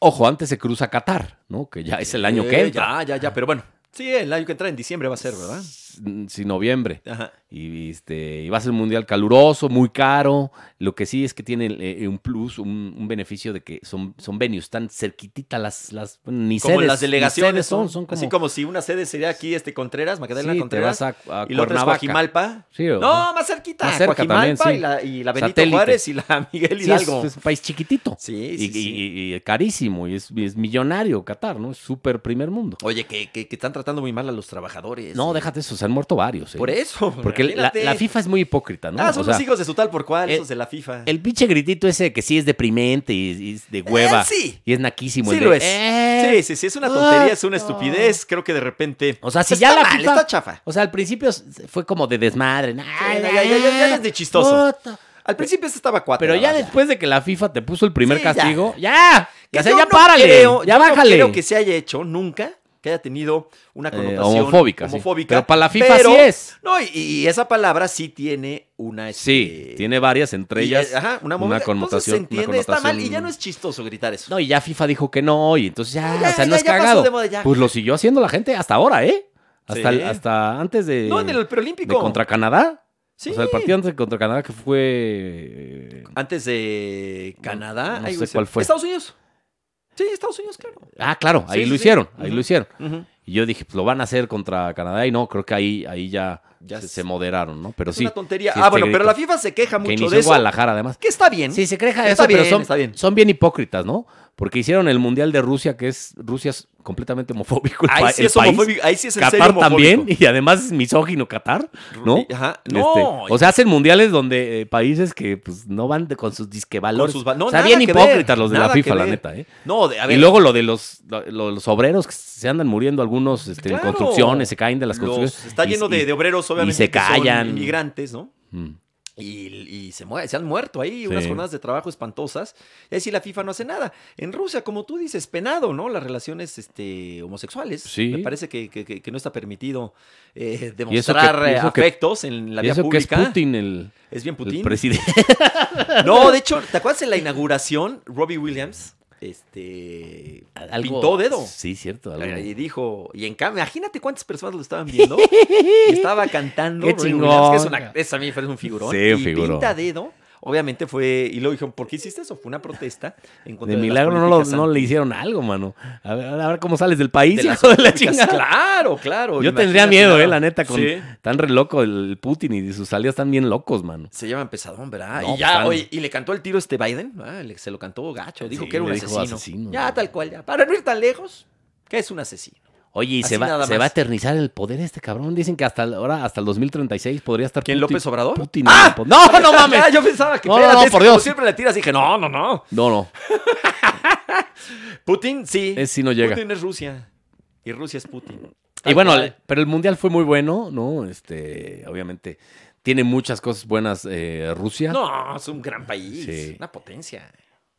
S2: Ojo, antes se cruza Qatar, ¿no? Que ya es el año
S1: Eh,
S2: que entra.
S1: Ya, ya, ya. Pero bueno, sí, el año que entra en diciembre va a ser, ¿verdad?
S2: Si noviembre.
S1: Ajá.
S2: Y, este, y va a ser un mundial caluroso, muy caro. Lo que sí es que tiene eh, un plus, un, un beneficio de que son, son venues, están cerquitita las, las bueno, ni
S1: Como
S2: sedes,
S1: las
S2: ni
S1: delegaciones.
S2: sedes son,
S1: son,
S2: son como,
S1: Así como si una sede sería aquí, este Contreras, Magdalena
S2: Sí, te
S1: Contreras.
S2: vas a, a
S1: Y la otra es
S2: Cuernavaca.
S1: Coajimalpa.
S2: Sí, o-
S1: No, más cerquita.
S2: Más cerca
S1: Coajimalpa y,
S2: también, sí.
S1: la, y la Benito
S2: Satélite.
S1: Juárez y la Miguel
S2: Sí, es,
S1: Hidalgo. Sí,
S2: es un país chiquitito.
S1: sí,
S2: y,
S1: sí.
S2: y- y carísimo, y es, y es millonario Qatar, ¿no? Es súper primer mundo.
S1: Oye, que, que, que están tratando muy mal a los trabajadores.
S2: No, déjate eso, se han muerto varios. ¿eh?
S1: Por eso.
S2: Porque la,
S1: imagínate.
S2: la FIFA es muy hipócrita, ¿no?
S1: Ah, son
S2: O sea,
S1: los hijos de su tal por cual,
S2: eh,
S1: esos de la FIFA.
S2: el pinche gritito ese que sí es deprimente y, y es de hueva.
S1: Eh, sí.
S2: Y es naquísimo. el
S1: Sí
S2: de,
S1: lo es.
S2: "Eh".
S1: Sí, sí, sí, es una tontería, es una
S2: Ah, no.
S1: estupidez. Creo que de repente.
S2: O sea, si
S1: Está
S2: ya la
S1: mal,
S2: FIFA-
S1: está chafa.
S2: O sea, al principio s- fue como de desmadre. ¿no? Ay,
S1: ya- ya- ya- ya eres de chistoso.
S2: puta.
S1: Al principio este estaba cuatro.
S2: Pero
S1: la
S2: ya
S1: verdad,
S2: después de que la FIFA te puso el primer
S1: Sí, ya.
S2: castigo, ya. Ya,
S1: Que
S2: sea,
S1: yo
S2: ya
S1: no
S2: párale.
S1: creo-
S2: ya
S1: yo no
S2: bájale.
S1: creo que se haya hecho nunca que haya tenido una
S2: Eh,
S1: connotación
S2: homofóbica. sí.
S1: homofóbica,
S2: Pero para la FIFA
S1: pero-
S2: sí es.
S1: No, y, y esa palabra sí tiene una.
S2: Sí,
S1: este,
S2: tiene varias, entre
S1: y- eh,
S2: ellas.
S1: ajá, una,
S2: una
S1: connotación.
S2: connotación-
S1: se
S2: una
S1: entiende, está mal y ya no es chistoso gritar eso.
S2: No, y ya FIFA dijo que no, y entonces ya,
S1: Ya,
S2: o sea, no
S1: ya,
S2: es
S1: ya pasó
S2: cagado.
S1: de moda, ya.
S2: Pues lo siguió haciendo la gente hasta ahora, ¿eh? Hasta,
S1: Sí.
S2: hasta antes de,
S1: No, en el
S2: eh, de
S1: preolímpico.
S2: contra Canadá.
S1: Sí.
S2: O sea, el partido antes de contra Canadá que fue. eh,
S1: Antes de Canadá.
S2: no
S1: ahí
S2: sé
S1: hubiese-
S2: cuál fue.
S1: Estados Unidos. Sí, Estados Unidos, claro.
S2: Ah, claro, ahí
S1: Sí,
S2: lo
S1: sí, sí.
S2: hicieron, ahí
S1: Ujú.
S2: lo hicieron.
S1: Ujú.
S2: Y yo dije, pues lo van a hacer contra Canadá y no, creo que ahí, ahí ya,
S1: Ya
S2: se,
S1: es-
S2: se moderaron, ¿no? Pero
S1: es
S2: sí,
S1: una tontería.
S2: sí,
S1: ah,
S2: este
S1: bueno, pero
S2: grito.
S1: la FIFA se queja
S2: que
S1: mucho
S2: inició
S1: de
S2: en
S1: eso.
S2: Guadalajara además.
S1: Que está bien.
S2: Sí, se queja de
S1: Está
S2: eso,
S1: bien,
S2: pero son,
S1: está bien.
S2: son bien hipócritas, ¿no? Porque hicieron el Mundial de Rusia, que es Rusia es completamente homofóbico. El,
S1: ahí,
S2: pa-
S1: sí
S2: el
S1: es
S2: país.
S1: homofóbico, ahí sí es en serio
S2: Qatar
S1: homofóbico.
S2: también, y además es misógino Qatar, ¿no?
S1: Ajá.
S2: Este,
S1: No.
S2: o sea, hacen mundiales donde eh, países que pues, no van de- con sus disquevalores.
S1: Con sus va- no,
S2: o sea,
S1: nada
S2: bien
S1: que ver,
S2: hipócritas los de la
S1: nada que
S2: FIFA, la
S1: ver.
S2: neta, ¿eh?
S1: no, de- a ver,
S2: y luego lo de los, lo- lo- los obreros que se andan muriendo algunos este, en
S1: Claro.
S2: construcciones, se caen de las
S1: los-
S2: construcciones.
S1: está
S2: y-
S1: lleno de,
S2: y-
S1: de obreros, obviamente,
S2: se
S1: que son
S2: callan.
S1: inmigrantes, ¿no?
S2: Mm.
S1: Y, y se, mue- se han muerto ahí unas
S2: Sí.
S1: jornadas de trabajo espantosas. Y ahí sí la FIFA no hace nada. En Rusia, como tú dices, penado, ¿no? Las relaciones este, homosexuales.
S2: Sí.
S1: Me parece que, que- que- que no está permitido eh,
S2: Y eso que-
S1: demostrar
S2: y
S1: eh,
S2: eso que-
S1: afectos en la
S2: Y
S1: vía
S2: eso que es
S1: pública.
S2: Putin, el,
S1: Es bien
S2: el
S1: Putin.
S2: presidente.
S1: No, de hecho, ¿te acuerdas en la inauguración? Robbie Williams este,
S2: Algo-
S1: pintó dedo.
S2: Sí, cierto. algo.
S1: Eh, Y dijo, y en cambio, imagínate cuántas personas lo estaban viendo. y estaba cantando.
S2: Qué
S1: Robbie Williams, que es,
S2: chingón.
S1: una, es a mí me parece un figurón.
S2: Sí,
S1: y
S2: un figurón.
S1: pinta dedo. Obviamente fue, y luego dijeron, ¿por qué hiciste eso? Fue una protesta en contra
S2: De
S1: de, las
S2: milagro no, lo-
S1: políticas
S2: no
S1: anti-
S2: le hicieron algo, mano. A ver, a ver cómo sales del país,
S1: de las
S2: hijo de la
S1: políticas.
S2: chingada.
S1: Claro, claro.
S2: Yo tendría
S1: imagínate
S2: miedo,
S1: nada.
S2: eh, la neta, con
S1: Sí.
S2: tan re loco el Putin y sus salidas están bien locos, mano.
S1: Se llama pesadón, ¿verdad?
S2: No,
S1: y ya,
S2: pues,
S1: oye, y le cantó el tiro a este Biden, ah, le- se lo cantó gacho, dijo
S2: Sí,
S1: que era un
S2: le dijo
S1: asesino.
S2: asesino,
S1: Ya,
S2: ¿no?
S1: tal cual, ya. Para no ir tan lejos, que es un asesino.
S2: Oye, y
S1: Así
S2: se va,
S1: nada
S2: se
S1: más.
S2: va a eternizar el poder este cabrón. Dicen que hasta ahora, hasta el 2036 podría estar
S1: ¿Quién,
S2: Putin-
S1: López Obrador?
S2: Putin en
S1: ¡Ah!
S2: el poder. No, no mames.
S1: Ya, yo pensaba que,
S2: No, no,
S1: espérate,
S2: no,
S1: es que
S2: por
S1: como
S2: Dios.
S1: siempre le tiras, dije, no, no, no.
S2: No, no,
S1: Putin, sí.
S2: ese sí no llega.
S1: Putin es Rusia. Y Rusia es Putin.
S2: Y bueno,
S1: Tal
S2: el- pero el mundial fue muy bueno, ¿no? Este, obviamente, tiene muchas cosas buenas eh, Rusia.
S1: cual. No, es un gran país.
S2: Sí.
S1: Una potencia.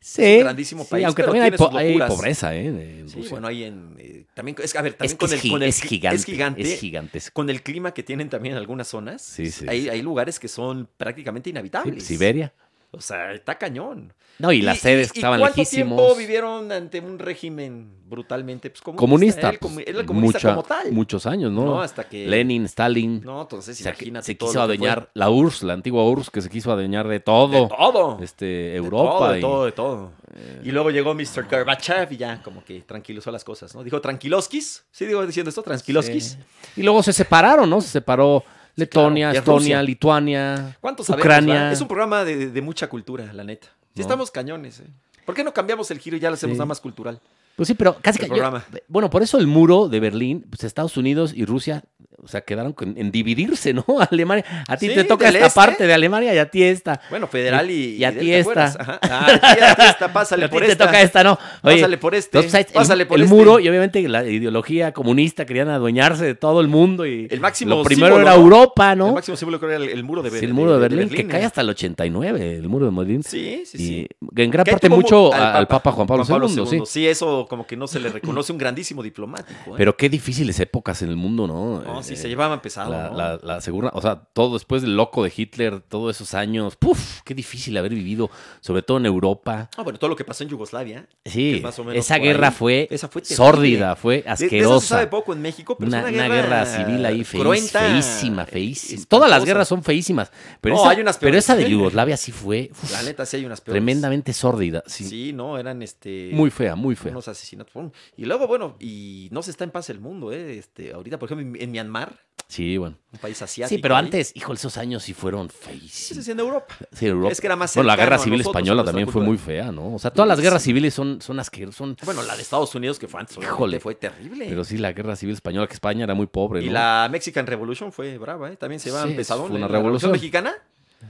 S2: sí,
S1: es un grandísimo
S2: sí,
S1: país,
S2: Aunque
S1: pero
S2: también hay,
S1: tiene sus
S2: po- hay
S1: locuras.
S2: pobreza, ¿eh? En
S1: Sí,
S2: Rusia.
S1: bueno, ahí en. eh, también, es que, a ver,
S2: es,
S1: también
S2: que
S1: con
S2: es
S1: el,
S2: gi-
S1: con el
S2: es
S1: cli-
S2: gigante.
S1: Es gigante.
S2: Es gigantesco.
S1: Con el clima que tienen también en algunas zonas.
S2: Sí, sí,
S1: Hay,
S2: sí.
S1: hay lugares que son prácticamente
S2: Sí,
S1: inhabitables.
S2: Siberia.
S1: O sea, está cañón.
S2: No, y, las sedes
S1: Ah, y
S2: estaban
S1: cuánto
S2: lejísimos.
S1: tiempo vivieron ante un régimen brutalmente pues, comunista?
S2: comunista.
S1: Era el, comu-
S2: pues,
S1: era el comunista
S2: mucha-
S1: como tal.
S2: Muchos años, ¿no?
S1: ¿no? Hasta que.
S2: Lenin, Stalin.
S1: No, entonces
S2: o sea, que
S1: imagínate.
S2: se
S1: todo
S2: quiso
S1: lo que fue.
S2: adueñar la URSS, la antigua URSS, que se quiso adueñar de
S1: De
S2: todo.
S1: todo.
S2: este,
S1: De
S2: Europa. y- eh,
S1: todo, de todo, de todo. Y luego llegó Mr. Gorbachev y ya como que tranquilizó las cosas, ¿no? Dijo Tranquiloskis. Sí, digo diciendo esto, Tranquiloskis.
S2: Sí. Y luego se separaron, ¿no? Se separó Letonia,
S1: claro, y
S2: Estonia,
S1: Rusia.
S2: Lituania,
S1: ¿Cuántos sabemos?
S2: Ucrania.
S1: verdad? Es un programa de, de mucha cultura, la neta. Sí,
S2: No.
S1: estamos cañones, ¿eh? ¿Por qué no cambiamos el giro y ya lo hacemos
S2: Sí.
S1: nada más cultural?
S2: Pues sí, pero casi
S1: El
S2: que yo-
S1: programa.
S2: bueno, por eso el muro de Berlín, pues Estados Unidos y Rusia, o sea, quedaron con- en dividirse, ¿no? Alemania, a ti
S1: Sí,
S2: te toca
S1: del
S2: esta
S1: este.
S2: parte de Alemania y a ti esta.
S1: Bueno, federal y.
S2: Y a
S1: del-
S2: ti
S1: ¿te
S2: esta.
S1: acuerdas? Ajá. Ah, a ti- a ti esta, pásale
S2: a ti
S1: por
S2: te
S1: esta.
S2: toca esta, ¿no? Oye,
S1: pásale por este.
S2: entonces, ¿sabes? El-
S1: pásale por
S2: el
S1: este.
S2: muro y obviamente la ideología comunista querían adueñarse de todo el mundo y
S1: El máximo
S2: lo primero
S1: símbolo,
S2: era
S1: ¿no?
S2: Europa,
S1: El
S2: ¿no?
S1: máximo símbolo creo que era el, el muro de,
S2: Sí,
S1: Ber-
S2: el muro de, Berlín, que
S1: ¿eh?
S2: cae hasta el 89, el muro de Berlín.
S1: Sí, sí,
S2: y
S1: sí.
S2: en gran
S1: Que
S2: parte
S1: tuvo mu-
S2: mucho a- al, Papa Juan Pablo, II, sí.
S1: eso como que no se le reconoce un grandísimo diplomático. ¿eh?
S2: Pero qué difíciles épocas en el mundo, ¿no?
S1: no, sí,
S2: Eh,
S1: se llevaban pesado.
S2: la,
S1: ¿no?
S2: la- la segura, o sea, todo después del loco de Hitler, todos esos años, puf, qué difícil haber vivido, sobre todo en Europa.
S1: Ah, bueno, todo lo que pasó en Yugoslavia. que
S2: Sí,
S1: es más o menos
S2: esa
S1: por
S2: guerra
S1: ahí.
S2: fue,
S1: Esa fue terrible.
S2: sórdida, fue
S1: De- De, eso se
S2: asquerosa.
S1: sabe poco en México, pero
S2: una,
S1: es
S2: una
S1: una
S2: guerra,
S1: guerra,
S2: civil ahí feís-
S1: cruenta,
S2: feísima,
S1: eh,
S2: feísima.
S1: espantosa.
S2: Todas las guerras son feísimas, pero,
S1: No,
S2: esa,
S1: hay unas
S2: pero
S1: peores.
S2: esa de Yugoslavia sí fue uf,
S1: La neta, sí hay unas peores.
S2: tremendamente sórdida, sí,
S1: Sí, no, eran este.
S2: muy fea, muy fea.
S1: Unos asesinatos. pum. Y luego, bueno, y no se está en paz el mundo, ¿eh? Este, ahorita, por ejemplo, en, en Myanmar,
S2: Sí, bueno.
S1: un país asiático.
S2: sí, pero
S1: ahí.
S2: antes, hijo, esos años sí fueron
S1: Sí, sí,
S2: feísimos.
S1: sí, en Europa.
S2: Sí, Europa.
S1: Es que era más
S2: Bueno, la
S1: cercano
S2: guerra
S1: a
S2: civil
S1: nosotros,
S2: española
S1: a nuestra
S2: también fue muy
S1: cultura.
S2: fea, ¿no? O sea, todas las guerras
S1: Sí.
S2: civiles son, son asquerosas, son...
S1: Bueno, la de Estados Unidos, que fue antes, obviamente,
S2: Híjole.
S1: fue terrible.
S2: Pero sí, la guerra civil española, que España era muy pobre, ¿no?
S1: Y la Mexican Revolution fue brava, ¿eh? También se llevaban
S2: Sí,
S1: pesadón.
S2: fue
S1: ¿eh?
S2: una
S1: La revolución
S2: revolución.
S1: mexicana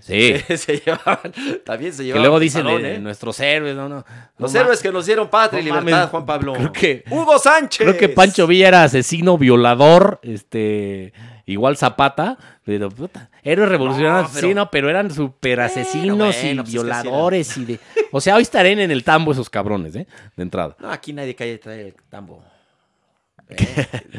S2: Sí.
S1: se llevaban, también se
S2: Que
S1: llevaban.
S2: luego dicen
S1: pesadón,
S2: eh,
S1: ¿eh?
S2: nuestros héroes, no, no.
S1: Los
S2: no ma-
S1: héroes que nos dieron patria y
S2: no
S1: libertad,
S2: mames,
S1: Juan Pablo.
S2: creo que-
S1: Hugo Sánchez.
S2: Creo que Pancho Villa era asesino, violador, este, igual Zapata, pero puta, héroes revolucionarios,
S1: No, pero-
S2: sí, no, pero eran super
S1: Bueno,
S2: asesinos y
S1: bueno, pues es que sí era.
S2: violadores y de, o sea, hoy estarán en el tambo esos cabrones, ¿eh? De entrada.
S1: No, aquí nadie cae trae el tambo. Eh,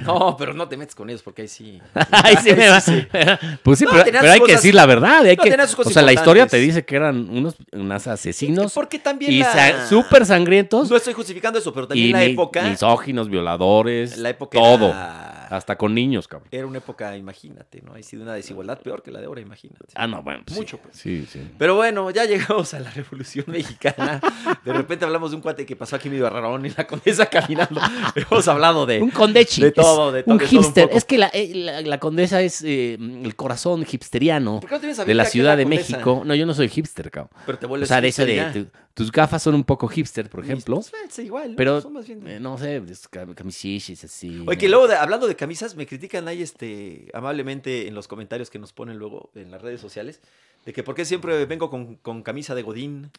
S1: no, pero no te metes con ellos porque ahí sí.
S2: Ahí sí me va. Pues sí,
S1: No,
S2: pero,
S1: tenían
S2: pero hay
S1: sus
S2: que
S1: cosas-
S2: decir la verdad. Hay
S1: no,
S2: que,
S1: tenían sus
S2: o
S1: cosas
S2: sea, la historia te
S1: importantes.
S2: dice que eran unos, unos asesinos
S1: Porque también
S2: y
S1: la...
S2: sa- súper sangrientos.
S1: No estoy justificando eso, pero también
S2: y
S1: la
S2: mi-
S1: época...
S2: misóginos, violadores,
S1: la época
S2: todo.
S1: Era,
S2: hasta con niños, cabrón.
S1: era una época, imagínate, ¿no? Ha sido una desigualdad peor que la de ahora, imagínate.
S2: Ah, no, bueno. pues sí.
S1: Mucho, pues.
S2: Sí, sí.
S1: Pero bueno, ya llegamos a la Revolución Mexicana. De repente hablamos de un cuate que pasó aquí medio rarón y la condesa caminando. Hemos hablado
S2: Un
S1: Eh, de...
S2: condechi.
S1: De todo, de todo,
S2: Un
S1: de todo un
S2: hipster.
S1: poco.
S2: es que la, eh, la- la condesa es eh, el corazón hipsteriano
S1: ¿Por qué no te vienes a
S2: de
S1: vivir
S2: la
S1: aquí a
S2: Ciudad de
S1: Condesa?
S2: México. No, yo no soy hipster, cabrón.
S1: Pero te
S2: O
S1: vuelves
S2: sea, de eso de
S1: hipster ya.
S2: tu- tus gafas son un poco hipster, por ejemplo.
S1: Pues, es igual, ¿no?
S2: Pero,
S1: Son más bien-
S2: eh, no sé, es cam- camisillas así.
S1: Oye, que luego, de- hablando de camisas, me critican ahí este, amablemente en los comentarios que nos ponen luego en las redes sociales, de que por qué siempre vengo con, con camisa de Godín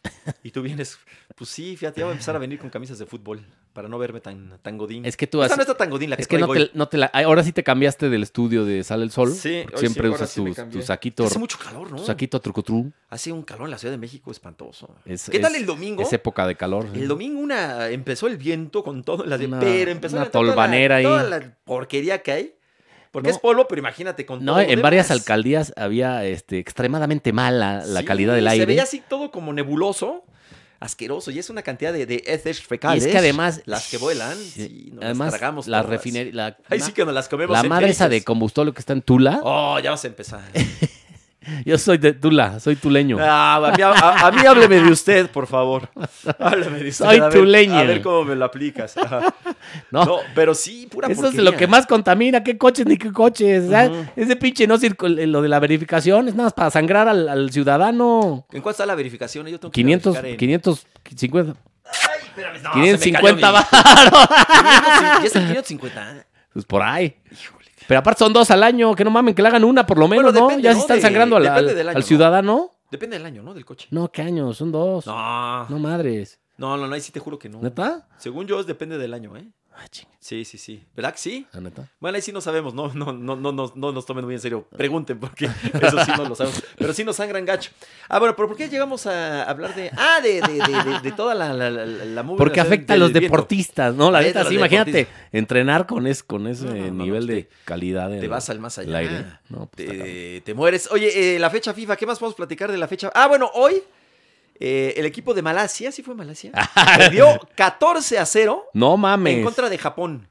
S1: y tú vienes, pues sí, fíjate, ya voy a empezar a venir con camisas de fútbol para no verme tan, tan Godín.
S2: Es que tú
S1: Esta
S2: has-
S1: no está tan Godín la que,
S2: Es que no
S1: traigo hoy.
S2: te, no te la... ay, Ahora sí te cambiaste del estudio de Sale el Sol.
S1: Sí,
S2: porque
S1: hoy
S2: siempre
S1: sí, ahora
S2: usas
S1: sí me
S2: tu,
S1: cambié.
S2: tu saquito,
S1: Hace mucho calor, ¿no?
S2: tu saquito trucutru.
S1: Hace un calor en la Ciudad de México espantoso.
S2: Es-
S1: ¿Qué tal
S2: es-
S1: el domingo?
S2: Es época de calor. sí.
S1: El domingo una empezó el viento con todo, la de,
S2: Una-
S1: pero empezó a
S2: una
S1: levantar toda la-
S2: tolvanera ahí.
S1: toda la porquería que hay. Porque
S2: No.
S1: es polvo, pero imagínate con
S2: No,
S1: todo.
S2: en
S1: lo
S2: varias
S1: demás.
S2: alcaldías había este, extremadamente mala la
S1: Sí,
S2: calidad del
S1: Se
S2: aire.
S1: veía así todo como nebuloso, asqueroso, y es una cantidad de, de heces
S2: y
S1: fecales.
S2: es que además.
S1: Las que vuelan,
S2: Sí,
S1: sí, nos
S2: además,
S1: las tragamos.
S2: la
S1: todas.
S2: refinería. La,
S1: Ahí sí que nos las comemos.
S2: la
S1: en
S2: madre esa de
S1: heces.
S2: combustible que está en Tula.
S1: Oh, ya vas a empezar.
S2: Yo soy de Tula, soy tuleño.
S1: Ah, a, mí, a- a mí hábleme de usted, por favor. Hábleme de usted.
S2: Soy
S1: a ver-
S2: tuleña.
S1: A ver cómo me lo aplicas. Ajá.
S2: no,
S1: No, pero sí, pura
S2: Eso es
S1: porquería.
S2: lo que más contamina, qué coches ni qué coches. ¿sabes?
S1: Ujú.
S2: Ese pinche no circul- eh, lo de la verificación es nada más para sangrar al, al ciudadano.
S1: ¿En cuánto está la verificación? Yo tengo que ir a
S2: 500,
S1: verificar en-
S2: 550,
S1: Ay, espérame, no, se me cayó
S2: 550
S1: mi-
S2: baros.
S1: 500, ¿Ya está en 550?
S2: Pues por ahí.
S1: Híjole.
S2: Pero aparte son dos al año, que no mamen, que le hagan una por lo menos,
S1: Bueno,
S2: ¿no?
S1: depende,
S2: ya
S1: ¿no?
S2: si están
S1: De-
S2: sangrando al,
S1: depende
S2: al-
S1: del año,
S2: al
S1: ¿no?
S2: ciudadano.
S1: Depende del año, ¿no? Del coche.
S2: No, ¿qué año? Son dos. No,
S1: No. No,
S2: madres.
S1: no, no, ahí sí te juro que no.
S2: ¿Neta?
S1: Según yo, es depende del año, ¿eh?
S2: Ah, chinga,
S1: Sí, sí, sí. ¿Verdad que sí?
S2: la Ah, neta.
S1: Bueno, ahí sí no sabemos, no, no, no, no, no, no nos tomen muy en serio. Pregunten, porque eso sí no lo sabemos. Pero sí nos sangran gacho. Ah, bueno, pero ¿por qué llegamos a hablar de. Ah, de, de, de, de- de toda la, la, la, la movie
S2: Porque
S1: del-
S2: afecta a
S1: del
S2: los
S1: viento.
S2: deportistas, ¿no? La
S1: Afecta a
S2: neta,
S1: los
S2: sí, imagínate, entrenar con, es, con ese
S1: No, no, no,
S2: nivel
S1: no,
S2: de calidad del
S1: Te vas al más
S2: del
S1: allá.
S2: aire. No, pues, está cabrón.
S1: te, te mueres. Oye, eh, la fecha FIFA, ¿qué más podemos platicar de la fecha? Ah, bueno, hoy eh, el equipo de Malasia, sí fue Malasia, perdió 14 a 0
S2: No Ah, mames.
S1: en contra de Japón.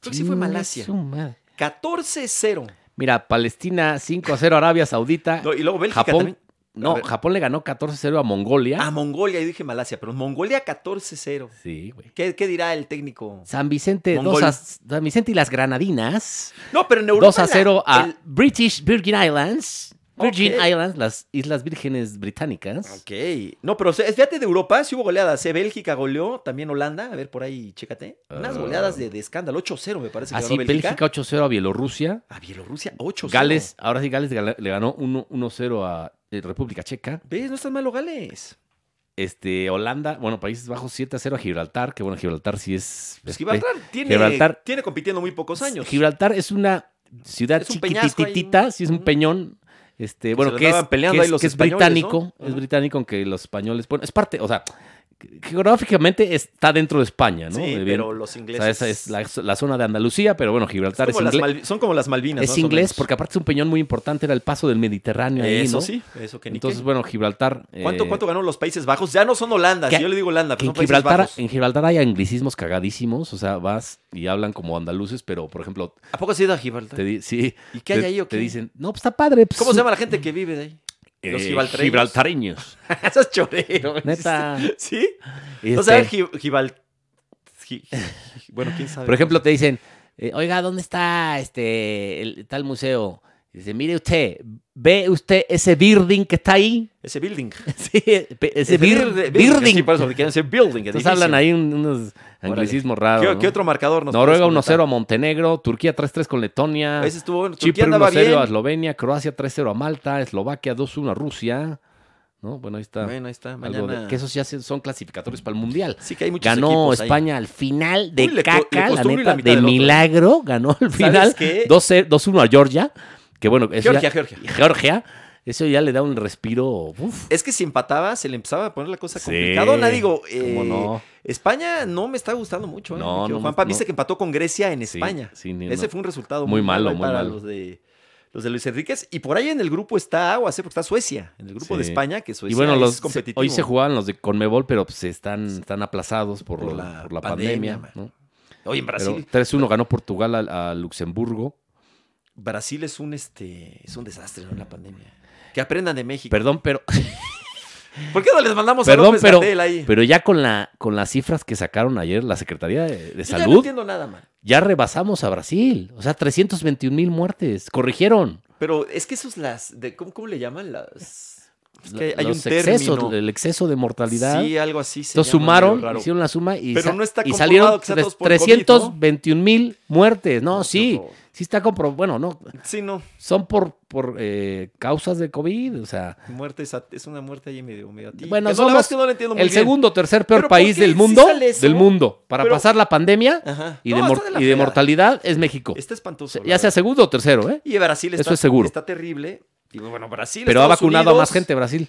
S1: Creo que sí fue
S2: Chinga
S1: Malasia.
S2: su madre.
S1: 14 a 0.
S2: Mira, Palestina 5 a 0 Arabia Saudita.
S1: No, y luego Bélgica
S2: Japón.
S1: también. a
S2: No,
S1: ver. Ah,
S2: Japón le ganó 14 a 0 a Mongolia.
S1: A Mongolia, yo dije Malasia, pero Mongolia 14 a 0.
S2: sí, güey.
S1: ¿Qué, qué dirá el técnico?
S2: San Vicente,
S1: Mongol.
S2: dos a- San Vicente y las Granadinas.
S1: No, pero en Europa.
S2: 2 a
S1: la-
S2: 0 a
S1: el-
S2: British Virgin Islands. Virgin
S1: Ok.
S2: Islands, las Islas Vírgenes Británicas.
S1: Ok. No, pero o sea, fíjate de Europa, sí hubo goleadas. ¿eh? Bélgica goleó, también Holanda. A ver, por ahí, chécate. Unas
S2: Ah.
S1: goleadas de, de escándalo. 8-0, me parece que
S2: Así,
S1: ganó Bélgica.
S2: Bélgica 8 a 0 a Bielorrusia.
S1: A Bielorrusia, 8
S2: Gales, ahora sí, Gales gala- le ganó 1 1 a 0 a eh, República Checa.
S1: ¿Ves? No están malos Gales.
S2: Este, Holanda, bueno, Países Bajos 7 a 0 a Gibraltar. Que bueno, Gibraltar sí es.
S1: Pues
S2: este,
S1: Gibraltar tiene,
S2: Gibraltar-
S1: tiene compitiendo muy pocos años.
S2: Gibraltar es una ciudad
S1: Es un peñasco ahí,
S2: chiquititita, sí es un
S1: ujú.
S2: peñón. Este, bueno,
S1: lo
S2: que es,
S1: andaban peleando
S2: que
S1: ahí
S2: es-
S1: los
S2: que es
S1: españoles, ¿no?
S2: británico, es
S1: Ujú.
S2: británico aunque los españoles, bueno, es parte, o sea, ge- geográficamente está dentro de España, ¿no?
S1: Sí,
S2: Bien,
S1: pero los
S2: o
S1: ingleses.
S2: sea, esa es la, la zona de Andalucía, pero bueno, Gibraltar es,
S1: como las
S2: ingle-
S1: Malvi- son como las Malvinas.
S2: es
S1: más o
S2: inglés,
S1: menos.
S2: porque aparte es un peñón muy importante, era el paso del Mediterráneo ahí,
S1: Eso
S2: ¿no?
S1: sí, eso que ni
S2: Entonces,
S1: qué.
S2: bueno, Gibraltar...
S1: ¿Cuánto,
S2: eh,
S1: ¿Cuánto ganó los Países Bajos? Ya no son Holanda,
S2: que-
S1: si yo le digo Holanda,
S2: que
S1: pero son
S2: en
S1: Países
S2: Gibraltar,
S1: Bajos.
S2: en Gibraltar hay anglicismos cagadísimos, o sea, vas y hablan como andaluces, pero por ejemplo,
S1: ¿A poco has ido a Gibraltar?
S2: te di- sí,
S1: ¿Y qué hay
S2: te,
S1: ahí o
S2: te
S1: qué?
S2: dicen, no, pues está padre. pues,
S1: ¿Cómo
S2: es
S1: se
S2: un-
S1: llama la gente que vive de ahí? Los gibraltareños.
S2: gibraltareños.
S1: Esas choreros.
S2: Neta.
S1: ¿Sí?
S2: Este,
S1: O sea, Gibraltar. Bueno, quién sabe.
S2: por ejemplo, te dicen, eh, oiga, ¿dónde está este el tal museo? Y Dice, mire usted, ve usted ese building que está ahí.
S1: ese building.
S2: Sí, pe- ese
S1: Ese
S2: bir-
S1: bird- Sí,
S2: building.
S1: por eso, porque quieren decir building.
S2: Entonces
S1: edificio.
S2: hablan ahí un- unos anglicismos raros.
S1: ¿Qué,
S2: ¿no?
S1: qué otro marcador nos
S2: Noruega
S1: puedes
S2: 1-0
S1: comentar?
S2: a Montenegro, Turquía 3-3 con Letonia,
S1: Ese estuvo bueno. Turquía
S2: Chipre
S1: andaba
S2: 1-0 a
S1: bien.
S2: Eslovenia, Croacia 3-0 a Malta, Eslovaquia 2-1 a Rusia. ¿No? Bueno, ahí está.
S1: Bueno, ahí está.
S2: algo de-
S1: Mañana.
S2: que esos ya se- son clasificatorios para el Mundial.
S1: Sí que hay muchos
S2: Ganó
S1: equipos ahí.
S2: España al final de
S1: Uy, le co- le
S2: caca, la
S1: costó uno y
S2: neta,
S1: la mitad
S2: de
S1: del otro. ¿eh?
S2: milagro. Ganó al final
S1: ¿Sabes qué?
S2: 2-0 2-1 a Georgia. Que bueno, eso
S1: Georgia,
S2: ya-
S1: Georgia.
S2: Georgia, Eso ya le da un respiro. uf.
S1: Es que si empataba, se le empezaba a poner la cosa complicada. complicadona. Digo, eh,
S2: ¿Cómo no?
S1: España no me está gustando mucho. ¿eh?
S2: No,
S1: mi querido
S2: no me-
S1: Juanpa,
S2: no.
S1: viste que empató con Grecia en España.
S2: Sí, ni-
S1: Ese
S2: no.
S1: fue un resultado
S2: Muy malo, muy
S1: para
S2: malo.
S1: los de los de Luis Enríquez. Y por ahí en el grupo está aguas, ¿eh? porque está Suecia, en el grupo de
S2: Sí.
S1: España, que Suecia
S2: Y bueno,
S1: pues es
S2: los, se-
S1: competitivo.
S2: hoy se jugaban los de Conmebol, pero pues están, están aplazados por, lo- por la, pandemia.
S1: man.
S2: ¿no?
S1: Hoy en
S2: Pero
S1: Brasil.
S2: 3-1 ganó Portugal a, a Luxemburgo.
S1: Brasil es un este es un desastre ¿no? la pandemia. Que aprendan de México.
S2: Perdón, pero,
S1: ¿Por qué no les mandamos a
S2: Perdón,
S1: López
S2: pero-
S1: Gatell ahí?
S2: pero ya con, la, con las cifras que sacaron ayer la Secretaría de, de
S1: Yo ya no
S2: Salud,
S1: entiendo nada, man.
S2: ya rebasamos a Brasil. O sea, 321 mil muertes. Corrigieron.
S1: Pero es que esos las de cómo, cómo le llaman las es que hay
S2: Los
S1: un
S2: excesos,
S1: término.
S2: el exceso de mortalidad.
S1: Sí, algo así se
S2: Entonces
S1: llama,
S2: sumaron,
S1: medio raro.
S2: hicieron la suma y,
S1: Pero
S2: sa-
S1: no está
S2: y
S1: comprobado
S2: salieron
S1: que sea
S2: tres-
S1: todos por COVID,
S2: 321 mil muertes. No,
S1: No,
S2: sí,
S1: qué horror.
S2: sí está comprobado. Bueno, no,
S1: Sí, no.
S2: son por, por eh, causas de COVID. O sea,
S1: Muerte es, at- es una muerte ahí medio medio atípica.
S2: Bueno,
S1: No, la
S2: somos
S1: verdad es que no la entiendo muy
S2: el
S1: bien.
S2: segundo o tercer
S1: ¿Pero
S2: peor
S1: por
S2: país
S1: qué
S2: del
S1: sí
S2: mundo,
S1: sale eso?
S2: del mundo, para
S1: Pero-
S2: pasar la pandemia
S1: Ajá.
S2: y,
S1: No,
S2: de,
S1: está
S2: mor-
S1: la
S2: y de
S1: fregada.
S2: mortalidad es México.
S1: Está espantoso. la
S2: ya sea
S1: verdad.
S2: segundo o tercero, ¿eh?
S1: Y Brasil
S2: Eso
S1: está,
S2: es seguro.
S1: está terrible. Y bueno, Brasil
S2: Pero ha
S1: Estados
S2: vacunado a más
S1: Unidos,
S2: gente Brasil.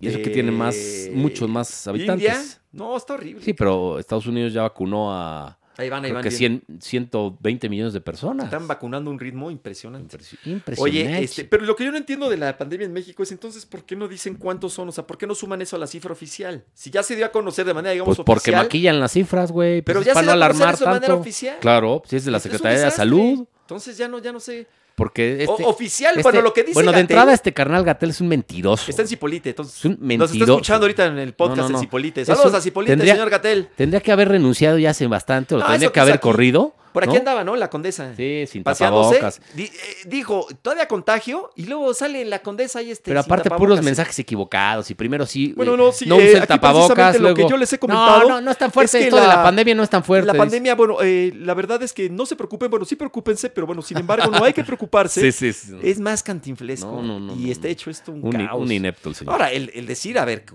S2: Y eso que tiene más,
S1: este,
S2: muchos más habitantes.
S1: India, no, está horrible.
S2: Sí, pero Estados Unidos ya vacunó a
S1: Ahí van, ahí van.
S2: creo que
S1: bien.
S2: 100 120 millones de personas.
S1: Están vacunando a un ritmo impresionante.
S2: Impresi- Impresionante.
S1: Oye, este, pero lo que yo no entiendo de la pandemia en México es entonces por qué no dicen cuántos son, o sea, por qué no suman eso a la cifra oficial. Si ya se dio a conocer de manera, digamos,
S2: pues porque
S1: oficial.
S2: maquillan las cifras, güey.
S1: Pero
S2: Pero
S1: ya
S2: para
S1: se
S2: no
S1: da a conocer
S2: alarmar
S1: eso de manera
S2: tanto.
S1: oficial.
S2: Claro, si es de la
S1: Este es un
S2: Secretaría de
S1: desastre.
S2: Salud.
S1: Entonces ya no, ya no sé.
S2: Porque
S1: O-
S2: este-
S1: oficial,
S2: este-
S1: bueno, lo que dice.
S2: bueno, de
S1: Gatell
S2: entrada este carnal Gatel es un mentiroso.
S1: está en Cipolite, entonces.
S2: Es un
S1: Nos está
S2: mentiroso.
S1: escuchando ahorita en el podcast
S2: No, no, no.
S1: en Cipolite.
S2: Es
S1: Saludos
S2: un-
S1: a Cipolite,
S2: tendría-
S1: señor Gatel.
S2: Tendría que haber renunciado ya hace bastante, o
S1: No,
S2: tendría
S1: Ah, eso
S2: que
S1: que es
S2: haber
S1: aquí.
S2: corrido.
S1: Por aquí
S2: ¿no?
S1: andaba, ¿no? La condesa.
S2: Sí, sin
S1: Paseándose.
S2: tapabocas.
S1: Di- eh, dijo, todavía contagio, y luego sale en la condesa y este.
S2: Pero
S1: sin
S2: aparte puros
S1: tapabocas.
S2: mensajes equivocados y primero sí
S1: Bueno,
S2: eh,
S1: no, sí, eh,
S2: usen
S1: aquí
S2: tapabocas,
S1: precisamente lo que
S2: luego
S1: yo les he comentado
S2: No, no, no es tan fuerte
S1: es que
S2: esto de
S1: la-
S2: la pandemia no es tan fuerte.
S1: La
S2: dice.
S1: pandemia, bueno, eh, la verdad es que no se preocupen, bueno, sí preocúpense, pero bueno, sin embargo, no hay que preocuparse.
S2: Sí, sí, sí.
S1: Es más cantinflesco
S2: No, no, no,
S1: y
S2: no,
S1: está
S2: no.
S1: hecho esto un,
S2: Un, i-
S1: caos.
S2: un inepto el señor.
S1: Ahora, el, el decir, a ver,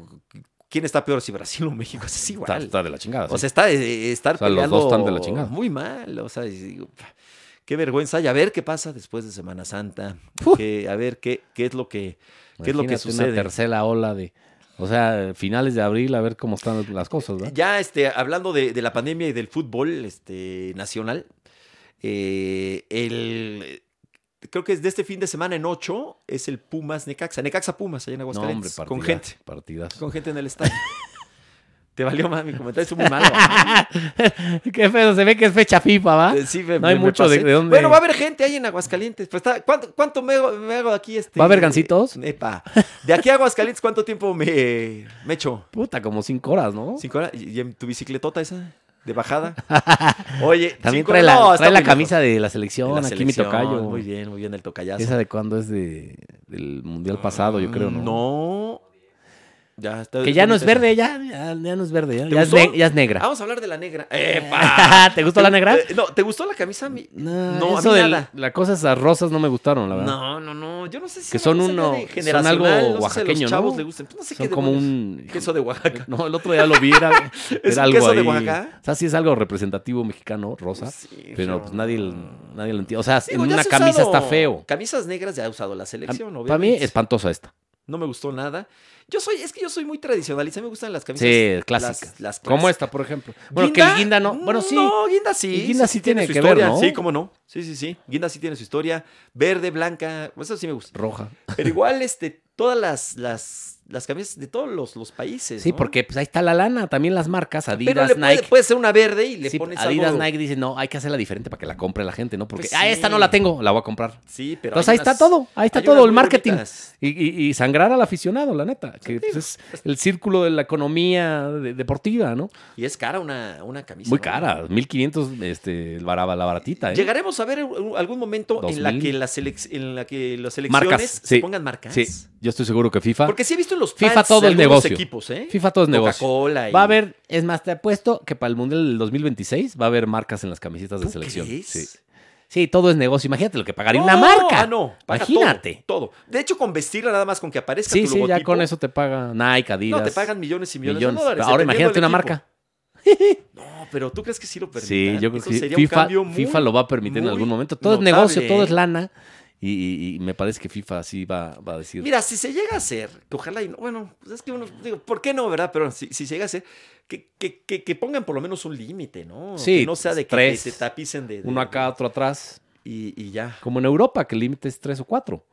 S1: ¿quién está peor si Brasil o México? Pues Es igual.
S2: está, está de la chingada.
S1: O
S2: sí.
S1: sea, está eh, estar
S2: O sea, los
S1: peleando
S2: dos están de la chingada.
S1: muy mal. O sea, y digo, pa, qué vergüenza. Y a ver qué pasa después de Semana Santa.
S2: Uf.
S1: Que, a ver qué, qué es lo que qué es lo que
S2: Imagínate
S1: sucede.
S2: Una tercera ola de. O sea, finales de abril, a ver cómo están las cosas, ¿verdad?
S1: Ya este, hablando de, de la pandemia y del fútbol este, nacional, eh, el, creo que es de este fin de semana en 8 es el Pumas Necaxa. Necaxa Pumas, allá en
S2: No, hombre,
S1: Aguascalientes.
S2: partidas.
S1: con gente,
S2: Partidas.
S1: con gente en el estadio. Te valió más mi comentario, es muy malo.
S2: Qué feo, se ve que es fecha FIFA, ¿va?
S1: Eh, sí, me-
S2: Ah, No hay
S1: me- me
S2: mucho de-
S1: pasé.
S2: de dónde-
S1: Bueno, va a haber gente ahí en Aguascalientes. Pero está, ¿cuánto, cuánto me, hago- me hago aquí? Este,
S2: ¿Va a haber gancitos?
S1: Epa. De aquí a Aguascalientes, ¿cuánto tiempo me, me echo?
S2: Puta, como cinco horas, ¿no?
S1: ¿Cinco horas? ¿Y en tu bicicletota esa? ¿De bajada? Oye,
S2: También
S1: cinco
S2: trae
S1: horas-
S2: la,
S1: no, está
S2: trae la
S1: muy lejos.
S2: camisa de la
S1: De
S2: selección,
S1: la
S2: aquí
S1: selección,
S2: mi tocayo.
S1: Muy bien, muy bien, el tocayazo.
S2: Esa de cuándo es de, del mundial pasado, yo creo, ¿no?
S1: Ah, No. Ya está-
S2: Que ya no es
S1: bonita esa.
S2: verde, ya, ya, ya no es verde, ya,
S1: ¿Te
S2: ya es,
S1: gustó?
S2: ne- ya es negra.
S1: Vamos a hablar de la negra. ¡Epa!
S2: ¿Te gustó la negra?
S1: Eh, No, ¿te gustó la camisa? Mi-
S2: No,
S1: No, a
S2: eso
S1: mí
S2: de
S1: nada.
S2: las cosas esas rosas no me gustaron, la verdad.
S1: No, no, no. Yo no sé si.
S2: Que
S1: una
S2: son
S1: cosa ya
S2: uno-
S1: de
S2: son
S1: generacional,
S2: algo
S1: no sé si a
S2: oaxaqueño,
S1: los chavos
S2: ¿no?
S1: le gustan. No sé
S2: Son
S1: qué
S2: como
S1: demonios.
S2: un...
S1: Queso de Oaxaca.
S2: No, el otro día lo vi, era,
S1: ¿Es
S2: era
S1: un
S2: algo
S1: queso de
S2: ahí.
S1: Oaxaca?
S2: O sea, sí es algo representativo mexicano, rosa.
S1: Sí,
S2: pero
S1: no.
S2: pues nadie, nadie lo entiende. O sea,
S1: Digo,
S2: en
S1: ya
S2: una
S1: se ha
S2: camisa
S1: usado-
S2: está feo.
S1: Camisas negras ya ha usado la selección, obviamente.
S2: Para mí, espantosa esta.
S1: No me gustó nada. Yo soy, es que yo soy muy tradicionalista. Me gustan las camisas.
S2: Sí,
S1: las-
S2: clásica.
S1: Las,
S2: Como
S1: clásicas.
S2: esta, por ejemplo. Bueno, que el guinda no. Bueno, sí.
S1: Pues, No, guinda sí.
S2: El guinda sí tiene
S1: su
S2: que ver,
S1: historia.
S2: ¿no?
S1: Sí, cómo no. Sí, sí, sí. Guinda sí tiene su historia. Verde, blanca. pues Eso sí me gusta.
S2: Roja.
S1: Pero igual, este, todas las, las, las camisas de todos los, los países.
S2: Sí,
S1: ¿no?
S2: porque pues, ahí está la lana. También las marcas,
S1: Pero
S2: Adidas,
S1: le puede,
S2: Nike.
S1: puede ser una verde y le
S2: Sí,
S1: pones
S2: Adidas,
S1: algo-
S2: Nike dicen, no, hay que hacerla diferente para que la compre la gente, ¿no? Porque,
S1: Pues
S2: ah,
S1: sí.
S2: esta no la tengo, la voy a comprar.
S1: Sí, pero.
S2: Entonces
S1: hay
S2: ahí está
S1: unas-
S2: todo, ahí está
S1: hay unas
S2: todo el
S1: muy
S2: marketing.
S1: bonitas.
S2: Y, y- y sangrar al aficionado, la neta, que pues, es el círculo de la economía de- deportiva, ¿no?
S1: Y es cara una, una camisa.
S2: Muy
S1: ¿no?
S2: cara, 1500 este, el baraba- la baratita, ¿eh?
S1: Llegaremos a ver un- algún momento en la,
S2: 2000.
S1: que las selec- en la que las selecciones se
S2: sí.
S1: pongan marcas.
S2: Sí, yo estoy seguro que FIFA,
S1: Porque sí he visto en los
S2: FIFA
S1: pads
S2: todo
S1: de
S2: el
S1: algunos
S2: negocio.
S1: equipos, ¿eh?
S2: FIFA todo es negocio.
S1: Coca-Cola. y-
S2: Va a haber, es más, te apuesto que para el Mundial del 2026 va a haber marcas en las camisetas de
S1: ¿Tú
S2: selección.
S1: crees?
S2: Sí. Sí, todo es negocio. Imagínate lo que pagaría
S1: No,
S2: una marca.
S1: Ah, no. paga
S2: Imagínate.
S1: Todo, todo. De hecho, con vestirla nada más con que aparezca
S2: Sí,
S1: tu
S2: sí, ya
S1: logotipo,
S2: con eso te paga Nike, Adidas.
S1: No, te pagan millones y millones,
S2: millones.
S1: de dólares.
S2: Ahora
S1: dependiendo
S2: imagínate
S1: del
S2: una
S1: equipo.
S2: marca.
S1: No, pero ¿tú crees que sí lo permitan?
S2: Sí, yo creo
S1: Eso
S2: que
S1: sería un
S2: FIFA,
S1: cambio muy-
S2: FIFA lo va a permitir en
S1: muy
S2: algún momento. Todo
S1: notable,
S2: es negocio, todo
S1: ¿eh?
S2: es lana. Y, y- y me parece que FIFA sí va, va a decir.
S1: Mira, si se llega a hacer, que ojalá y no, bueno, pues es que uno, digo, ¿por qué no, verdad? Pero si, si se llega a hacer, que, que, que, que pongan por lo menos un límite, ¿no?
S2: Sí,
S1: Que no sea de que
S2: tres.
S1: te, te tapicen de, de-
S2: uno acá, otro atrás.
S1: Y, y ya.
S2: Como en Europa, que el límite es tres o cuatro.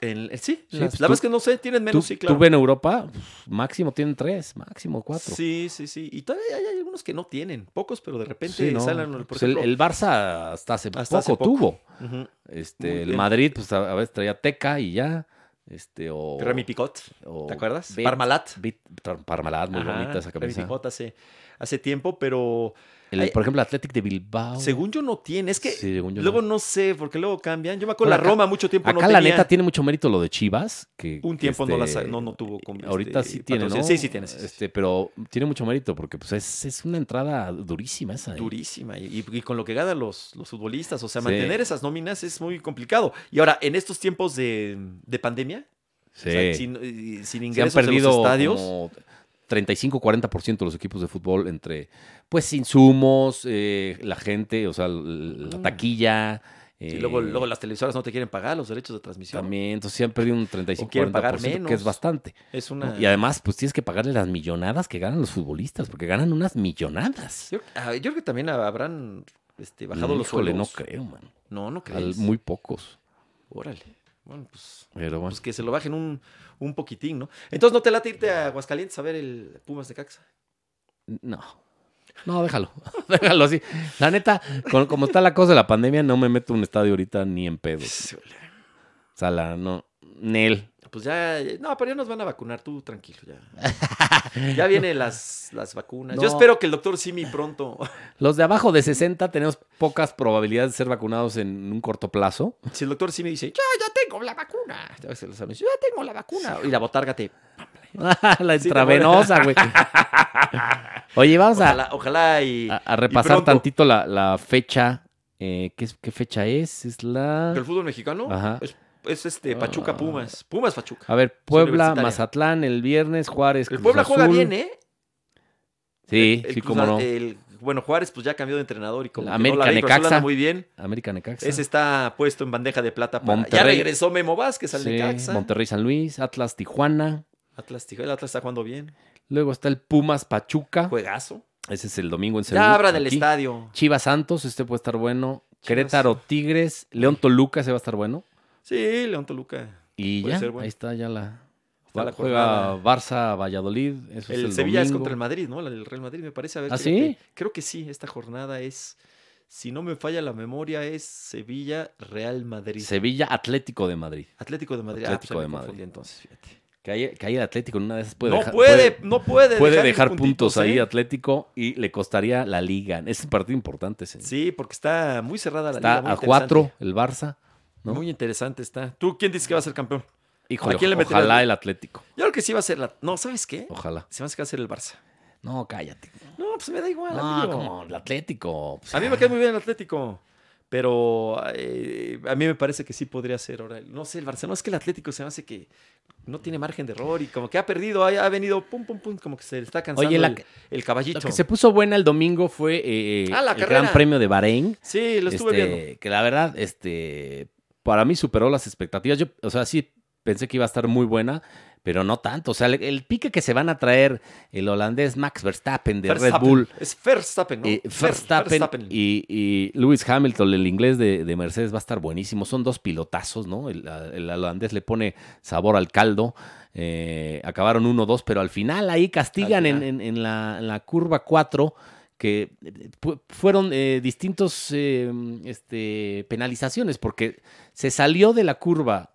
S1: El- el- eh, sí,
S2: Sí,
S1: las-
S2: pues
S1: la
S2: tú-
S1: verdad es que no sé, tienen
S2: Tú,
S1: menos, sí,
S2: tú
S1: claro.
S2: ve en Europa, pues, máximo tienen tres, máximo cuatro.
S1: Sí, sí, sí. Y todavía hay, hay algunos que no tienen, pocos, pero de repente
S2: Sí, ¿no?
S1: salen, por
S2: Pues el,
S1: ejemplo.
S2: el Barça hasta hace,
S1: Hasta
S2: poco,
S1: hace poco.
S2: tuvo.
S1: Ujú. Muy
S2: Este, el
S1: bien.
S2: Madrid, pues a, a veces traía Teca y ya. Este, o.
S1: Remy Picot,
S2: o
S1: ¿te acuerdas?
S2: Bet-
S1: Parmalat.
S2: Bet- Tra- Parmalat, muy
S1: Ajá,
S2: bonita esa
S1: Remy
S2: camisa.
S1: Picot hace, hace tiempo, pero
S2: El-
S1: Ay.
S2: por ejemplo, el Athletic de Bilbao.
S1: según yo no tiene. Es que
S2: Sí, según yo
S1: luego
S2: no.
S1: no. sé, porque luego cambian. Yo me acuerdo
S2: Bueno,
S1: la
S2: acá-
S1: Roma mucho tiempo no
S2: Acá la
S1: tenía.
S2: neta tiene mucho mérito lo de Chivas. Que,
S1: un
S2: que,
S1: tiempo no, la,
S2: este,
S1: sa- no, no tuvo. con-
S2: Ahorita
S1: este,
S2: sí tiene, ¿no?
S1: patrocinio. Sí, sí tiene. sí, sí, sí.
S2: Este, pero tiene mucho mérito porque pues, es, es una entrada durísima esa. ¿eh?
S1: Durísima. Y, y con lo que ganan los, los futbolistas. O sea,
S2: Sí.
S1: mantener esas nóminas es muy complicado. Y ahora, en estos tiempos de, de pandemia,
S2: Sí.
S1: o sea, sin, eh, sin
S2: Se han
S1: ingresos en
S2: perdido
S1: los estadios.
S2: como 35-40% de los equipos de fútbol entre, pues, insumos, eh, la gente, o sea, l- la
S1: Mm.
S2: taquilla.
S1: Sí,
S2: eh,
S1: luego, luego las televisoras no te quieren pagar los derechos de transmisión.
S2: También, entonces sí han perdido un
S1: O quieren pagar
S2: 35-40%, que es
S1: menos.
S2: bastante.
S1: Es
S2: ¿no?
S1: una.
S2: Y además, pues tienes que pagarle las millonadas que ganan los futbolistas, porque ganan unas millonadas.
S1: yo, ah, yo creo que también habrán este, bajado los
S2: Híjole,
S1: sueldos.
S2: no creo, man.
S1: No, no
S2: Al-
S1: crees.
S2: muy pocos.
S1: Órale. Bueno, pues,
S2: Pero bueno.
S1: pues que se lo bajen un, un poquitín, ¿no? Entonces no te late irte a Aguascalientes a ver el Pumas de Caxa.
S2: No. No, déjalo. déjalo así. La neta, con- como está la cosa de la pandemia, no me meto a un estadio ahorita ni en pedo. O sea, la, no. Nel.
S1: Pues ya, ya- no, pero ya nos van a vacunar, tú tranquilo, ya. Ya vienen las, las vacunas. Yo
S2: No.
S1: espero que el doctor Simi pronto.
S2: Los de abajo de 60 tenemos pocas probabilidades de ser vacunados en un corto plazo.
S1: Si el doctor Simi dice, yo ya tengo la vacuna. Ya ves, los anuncios, "Yo ya tengo la vacuna. Y la botárgate.
S2: la
S1: Sí, te
S2: intravenosa, güey. Oye, vamos a,
S1: Ojalá, ojalá y.
S2: a-
S1: que
S2: a repasar
S1: pronto.
S2: tantito la, la fecha. Eh, ¿qué, es- qué fecha es? Es la...
S1: El fútbol mexicano
S2: Ajá.
S1: es, es, este
S2: Ah.
S1: Pachuca Pumas. Pumas Pachuca.
S2: A ver, Puebla,
S1: universitaria.
S2: Mazatlán, el viernes, Juárez.
S1: El
S2: Cruz
S1: Puebla juega
S2: Azul.
S1: bien, ¿eh?
S2: Sí,
S1: El
S2: sí,
S1: Cruz
S2: como
S1: Az-
S2: no.
S1: el- bueno, Juárez pues ya cambió de entrenador y como
S2: La
S1: que no
S2: América
S1: la ve, pero Azul anda
S2: Necaxa.
S1: muy bien.
S2: América Necaxa.
S1: Ese está puesto en bandeja de plata. Para, ya
S2: Monterrey.
S1: regresó Memo Vázquez al
S2: Sí,
S1: Necaxa.
S2: Monterrey San Luis, Atlas Tijuana.
S1: Atlas, Tijuana, el Atlas está jugando bien.
S2: Luego está el Pumas Pachuca.
S1: Juegazo.
S2: Ese es el domingo en Seúl.
S1: Ya habla del
S2: aquí.
S1: estadio.
S2: Chivas Santos, este puede estar bueno.
S1: Chivas.
S2: Querétaro Tigres, León Toluca, ese va a estar bueno.
S1: Sí, León Toluca.
S2: Y
S1: Puede
S2: ya,
S1: ser bueno.
S2: ahí está ya la.
S1: Está la
S2: juega
S1: jornada.
S2: Barça Valladolid. Eso
S1: El,
S2: es el
S1: Sevilla es
S2: domingo.
S1: contra el Madrid, ¿no? El Real Madrid me parece. A ver,
S2: ¿Ah,
S1: chécate.
S2: sí?
S1: Creo que sí, esta jornada es, si no me falla la memoria, es Sevilla-Real Madrid.
S2: Sevilla Atlético de Madrid.
S1: Atlético de Madrid.
S2: Atlético
S1: pues,
S2: de
S1: me
S2: Madrid.
S1: confundí entonces, fíjate.
S2: Que ahí, que ahí el Atlético en una de esas puede
S1: no,
S2: dejar,
S1: puede, no puede.
S2: puede dejar,
S1: los
S2: puntos ahí
S1: ¿eh?
S2: Atlético y le costaría la liga. Es un partido importante. señor.
S1: Sí, porque está muy cerrada la
S2: está
S1: liga. muy
S2: a
S1: interesante.
S2: cuatro el Barça. ¿no?
S1: Muy interesante está. ¿Tú quién dices que va a ser campeón?
S2: Híjole,
S1: ¿A quién le meterías?
S2: ojalá el Atlético.
S1: Yo creo que sí va a ser la... No, ¿sabes qué?
S2: Ojalá.
S1: Se me hace que va a ser el Barça.
S2: No, cállate.
S1: No, pues me da igual.
S2: No,
S1: amigo.
S2: como el Atlético. pues,
S1: A mí me cae muy bien el Atlético. Pero eh, a mí me parece que sí podría ser ahora. No sé, el Barcelona es que el Atlético se me hace que no tiene margen de error y como que ha perdido, ha, ha venido pum, pum, pum, como que se le está cansando
S2: Oye, la
S1: el,
S2: que-
S1: el
S2: Lo
S1: caballito.
S2: que se puso buena el domingo fue eh,
S1: Ah, la
S2: el
S1: carrera.
S2: Gran Premio de Bahrein.
S1: Sí, lo estuve
S2: Este,
S1: viendo.
S2: Que la verdad, este, para mí superó las expectativas. Yo, o sea, sí pensé que iba a estar muy buena, pero no tanto. O sea, el, el pique que se van a traer el holandés Max Verstappen de Red
S1: Verstappen.
S2: Bull,
S1: Es Verstappen, ¿no?
S2: eh,
S1: Ver-
S2: Verstappen, y, y Lewis Hamilton, el inglés de, de Mercedes, va a estar buenísimo. Son dos pilotazos, ¿no? El, el holandés le pone sabor al caldo. Eh, acabaron 1-2, pero al final ahí castigan
S1: Al final.
S2: En, en- en la, en la curva 4 que eh, fu- fueron eh, distintos eh, este, penalizaciones porque se salió de la curva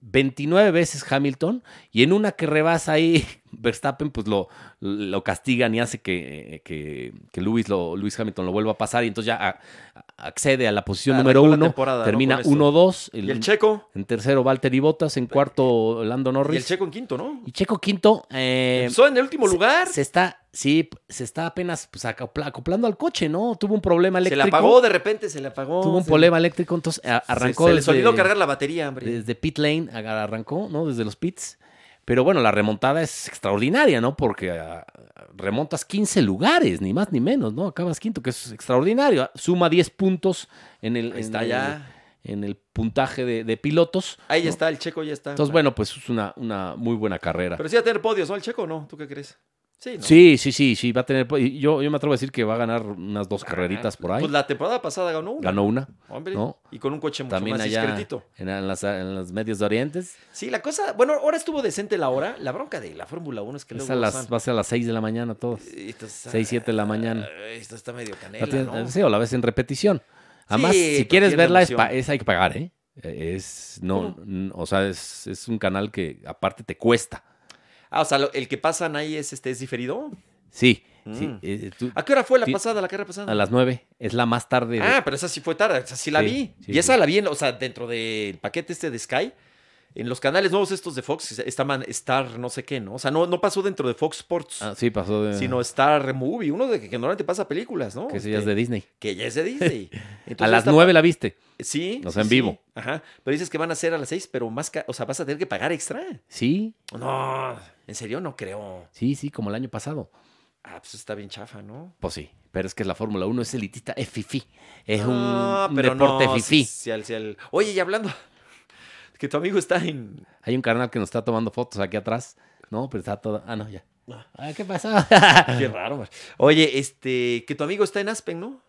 S2: 29 veces Hamilton y en una que rebasa ahí Verstappen pues lo, lo castigan y hace que, eh, que, que Lewis, lo, Lewis Hamilton lo vuelva a pasar y entonces ya a- a- accede a la posición
S1: Arrancó
S2: número
S1: Ah, la
S2: uno,
S1: temporada, ¿no?
S2: termina
S1: Con esto.
S2: 1-2,
S1: Y el
S2: el-
S1: Checo. eh,
S2: en tercero Valtteri Bottas, en cuarto
S1: Y
S2: Lando
S1: el
S2: Norris
S1: Checo en quinto, ¿no?
S2: y Checo quinto. eh,
S1: Empezó en el último lugar.
S2: se
S1: Se,
S2: está, sí, p- se está apenas pues, acopla- acoplando al coche, ¿no? Tuvo un problema eléctrico.
S1: le apagó, de repente se le apagó.
S2: Tuvo un
S1: se-
S2: problema eléctrico, entonces a-
S1: se-
S2: arrancó
S1: Se,
S2: desde,
S1: le olvidó cargar la batería, hombre.
S2: desde pit lane, a- arrancó, ¿no? Desde los pits. Pero bueno, la remontada es extraordinaria, ¿no? Porque ah, remontas 15 lugares, ni más ni menos, ¿no? Acabas quinto, que es extraordinario. Suma 10 puntos en el,
S1: Ahí
S2: en
S1: está
S2: el-
S1: ya. Ah,
S2: en el puntaje de, de pilotos.
S1: Ahí ya
S2: ¿no?
S1: está, el checo ya está.
S2: Entonces, bueno, pues es una, una muy buena carrera.
S1: Pero sí va a tener podios, ¿no? El checo, ¿no? ¿Tú qué crees? Sí, ¿no?
S2: Sí, sí, sí, sí, va a tener. y Yo, yo me atrevo a decir que va a ganar unas dos carreritas por ahí.
S1: Pues la temporada pasada ganó uno.
S2: Ganó una.
S1: Hombre,
S2: ¿no?
S1: y con un coche mucho
S2: También
S1: más
S2: allá
S1: discretito.
S2: en, en las, en los medios de Orientes.
S1: Sí, la cosa, bueno, ahora estuvo decente la hora. La bronca de la Fórmula 1 es que
S2: Es
S1: luego
S2: a las,
S1: son-
S2: va a ser a las 6 de la mañana todos.
S1: Eh, esto está-
S2: seis, siete de la mañana.
S1: eh, Esto está medio
S2: La
S1: canela,
S2: tienes-
S1: ¿no?
S2: Sí, o la ves en repetición. Además, si
S1: pero
S2: quieres
S1: pierde
S2: verla, es,
S1: emoción.
S2: pa- es- hay que pagar, ¿eh? Eh, Es, no,
S1: ¿Cómo?
S2: n- o sea, es, es un canal que aparte te cuesta.
S1: Ah, o sea, lo- el que pasan ahí es este es diferido.
S2: Sí,
S1: Mm.
S2: sí, eh, tú-
S1: ¿A qué hora fue la
S2: Sí.
S1: pasada, la carrera pasada?
S2: a las 9 es la más tarde. de-
S1: Ah, pero esa sí fue tarde, esa sí la
S2: Sí,
S1: vi.
S2: sí,
S1: y esa
S2: sí.
S1: la vi, en- o sea, dentro del paquete este de Sky. En los canales nuevos estos de Fox, está man- Star no sé qué, ¿no? O sea, no, no pasó dentro de Fox Sports,
S2: Ah, sí, pasó de...
S1: sino Star Movie, uno de que, que normalmente pasa películas, ¿no?
S2: que sí, ya es
S1: Este,
S2: de Disney.
S1: que ya es de Disney. Entonces,
S2: a las
S1: esta-
S2: 9 la viste.
S1: Sí.
S2: O sea,
S1: sí,
S2: en
S1: sí.
S2: vivo.
S1: Ajá. Pero dices que van a ser a las seis, pero más, ca- o sea, vas a tener que pagar extra.
S2: Sí,
S1: No, en serio no creo.
S2: sí, sí, como el año pasado.
S1: Ah, pues está bien chafa, ¿no?
S2: Pues sí, pero es que la Fórmula 1 es elitista, es fifí. Es un,
S1: Ah,
S2: un
S1: pero
S2: deporte
S1: no, si-
S2: fifí.
S1: si al- si al- Oye, y hablando, que tu amigo está en...
S2: Hay un carnal que nos está tomando fotos aquí atrás. No, pero está todo... Ah, no, ya.
S1: Ah.
S2: Ah, ¿qué pasó?
S1: Qué raro, man. Oye, este, que tu amigo está en Aspen, ¿no?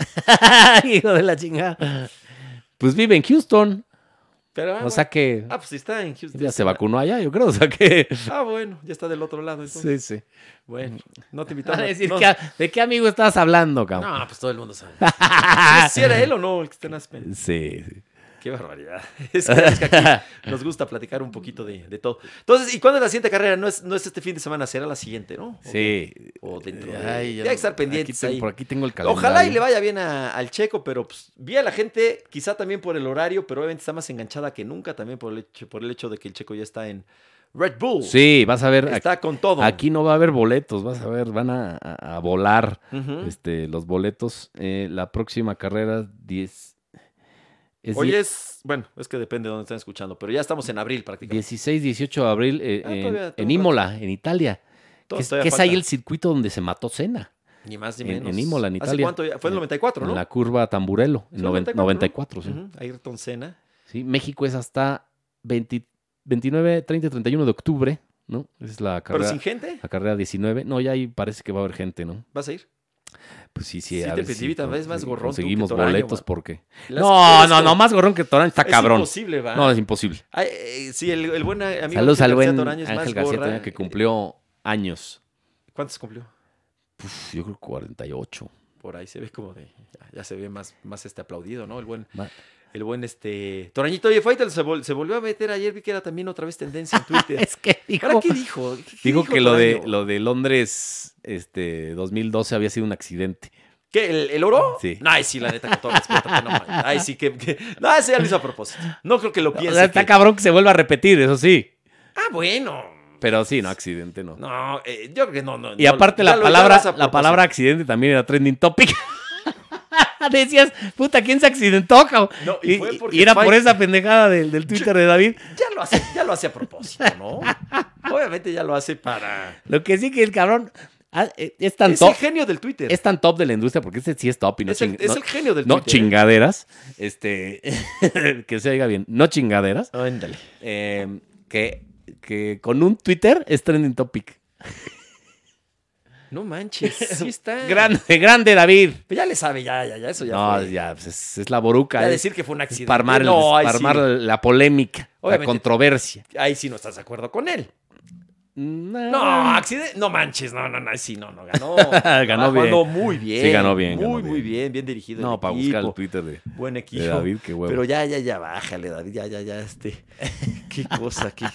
S2: Hijo de la chingada. Pues vive en Houston.
S1: Pero, ah,
S2: o sea que
S1: bueno. Ah, pues está en Houston.
S2: ya se vacunó allá, yo creo. O sea que.
S1: Ah, bueno, ya está del otro lado, entonces.
S2: Sí, sí.
S1: Bueno, no te
S2: Van
S1: invitamos.
S2: a decir,
S1: no,
S2: ¿qué- ¿de qué amigo estabas hablando, cabrón?
S1: no, pues todo el mundo sabe. si era él o no el que está en Aspen.
S2: Sí. sí.
S1: Qué barbaridad. Es que, es que aquí nos gusta platicar un poquito de, de todo. Entonces, ¿y cuándo es la siguiente carrera? No es, no es este fin de semana, será la siguiente, ¿no?
S2: Sí.
S1: O dentro de-
S2: Ay,
S1: ya hay
S2: ya
S1: que
S2: no-
S1: estar pendientes
S2: aquí tengo-
S1: ahí.
S2: Por aquí tengo el calendario.
S1: Ojalá y le vaya bien a- al checo, pero pues, vi a la gente, quizá también por el horario, pero obviamente está más enganchada que nunca también por el hecho, por el hecho de que el checo ya está en Red Bull.
S2: Sí, vas a ver.
S1: Está con todo.
S2: Aquí no va a haber boletos, vas a ver, van a, a- a volar
S1: Ujú.
S2: este, los boletos. Eh, la próxima carrera 10. Es
S1: Hoy
S2: die-
S1: es, bueno, es que depende de dónde están escuchando, pero ya estamos en abril prácticamente.
S2: 16, 18 de abril eh,
S1: Ah,
S2: en,
S1: todavía tengo
S2: en
S1: un
S2: Imola, en Italia.
S1: Todo
S2: que es,
S1: todavía
S2: que es
S1: falta.
S2: ahí el circuito donde se mató Cena.
S1: Ni más ni
S2: en- en
S1: menos.
S2: Imola, en
S1: ¿Hace
S2: Italia.
S1: cuánto? ya? Fue en el 94, ¿no?
S2: En la curva Tamburello, en
S1: Sí,
S2: noven-
S1: 94,
S2: 94.
S1: ¿no?
S2: sí.
S1: Ujú, Ayrton Senna.
S2: Sí, México es hasta 20 29, 30, 31 de octubre, ¿no? Esa es la
S1: Pero
S2: carrera,
S1: sin gente,
S2: la carrera 19. No, ya ahí parece que va a haber gente, ¿no?
S1: ¿vas a ir?
S2: Pues sí,
S1: Sí,
S2: sí. a
S1: te
S2: ver si
S1: pedí, tal vez
S2: con-
S1: más
S2: si
S1: gorrón tú que
S2: Conseguimos
S1: Toraño,
S2: boletos
S1: man.
S2: porque...
S1: Las
S2: No,
S1: mujeres
S2: no,
S1: con-
S2: no, más gorrón que Torán está
S1: Es
S2: cabrón.
S1: imposible, va.
S2: No, es imposible.
S1: Ay, eh, sí, el, el buen amigo
S2: Saludos
S1: Ángel
S2: al
S1: García
S2: buen
S1: Toraño es
S2: Ángel
S1: más
S2: García
S1: gorra. Eh,
S2: Toraño que cumplió años.
S1: ¿Cuántos cumplió?
S2: Uf, yo creo 48.
S1: Por ahí se ve como de. Ya, ya se ve más, más este aplaudido, ¿no? El buen.
S2: Ma-
S1: El buen este. Torañito, oye, Faitel se, vol- se volvió a meter ayer, vi que era también otra vez tendencia en Twitter.
S2: Es que
S1: ¿Ahora
S2: dijo,
S1: qué dijo? ¿Qué- qué
S2: dijo
S1: dijo
S2: que lo de,
S1: Toraño?
S2: lo de Londres este, 2012 había sido un accidente.
S1: ¿Qué? ¿El, el oro?
S2: Sí.
S1: No, ay, sí, la neta, con todo respeto. que no manches. ay, sí, que, que- No, ese ya lo hizo a propósito. No creo que lo
S2: O
S1: piense.
S2: sea, está
S1: que-
S2: cabrón que se vuelva a repetir, eso sí.
S1: Ah, bueno.
S2: Pero sí, no, accidente no.
S1: No, eh, yo creo que no, no.
S2: y
S1: no,
S2: aparte
S1: ya
S2: la
S1: lo- ya lo
S2: palabra,
S1: hace a
S2: la
S1: propósito.
S2: palabra accidente también era trending topic. Decías, puta, ¿quién se accidentó? cabrón?"
S1: No, y
S2: y,
S1: fue
S2: y-
S1: porque
S2: y era por
S1: Spike-
S2: esa pendejada del, del Twitter de David.
S1: Ya lo hace, ya lo hace a propósito, ¿no? Obviamente ya lo hace para.
S2: Lo que sí que el cabrón ah, eh, es tan
S1: Es
S2: top.
S1: el genio del Twitter.
S2: Es tan top de la industria porque este sí es top y no,
S1: es, el,
S2: ching-
S1: es
S2: no-
S1: el genio del
S2: no
S1: Twitter. ¿eh?
S2: chingaderas. Este, que se oiga bien, no chingaderas.
S1: Ándale.
S2: eh, que, que con un Twitter es trending topic.
S1: No manches, sí está.
S2: Grande, grande David.
S1: Pero Ya le sabe, ya, ya, ya, eso ya.
S2: no,
S1: fue.
S2: ya, pues es, es la boruca.
S1: Ya
S2: es-
S1: decir que fue un
S2: es
S1: accidente.
S2: para armar, el-
S1: no, ahí,
S2: para armar
S1: sí,
S2: la polémica,
S1: Obviamente.
S2: la controversia.
S1: ahí sí no estás de acuerdo con él.
S2: No,
S1: No, accidente. No manches, no, no, no, ahí sí, no, no, ganó.
S2: Ah, Ganó
S1: Ah,
S2: bien.
S1: Ganó muy bien.
S2: Sí, ganó bien,
S1: Muy,
S2: ganó
S1: muy bien, bien dirigido.
S2: No,
S1: el
S2: para buscar el
S1: equipo.
S2: Twitter de,
S1: Buen
S2: de
S1: equipo.
S2: David, qué huevo.
S1: Pero ya, ya, ya, bájale, David, ya, ya, ya, este. Qué cosa, qué,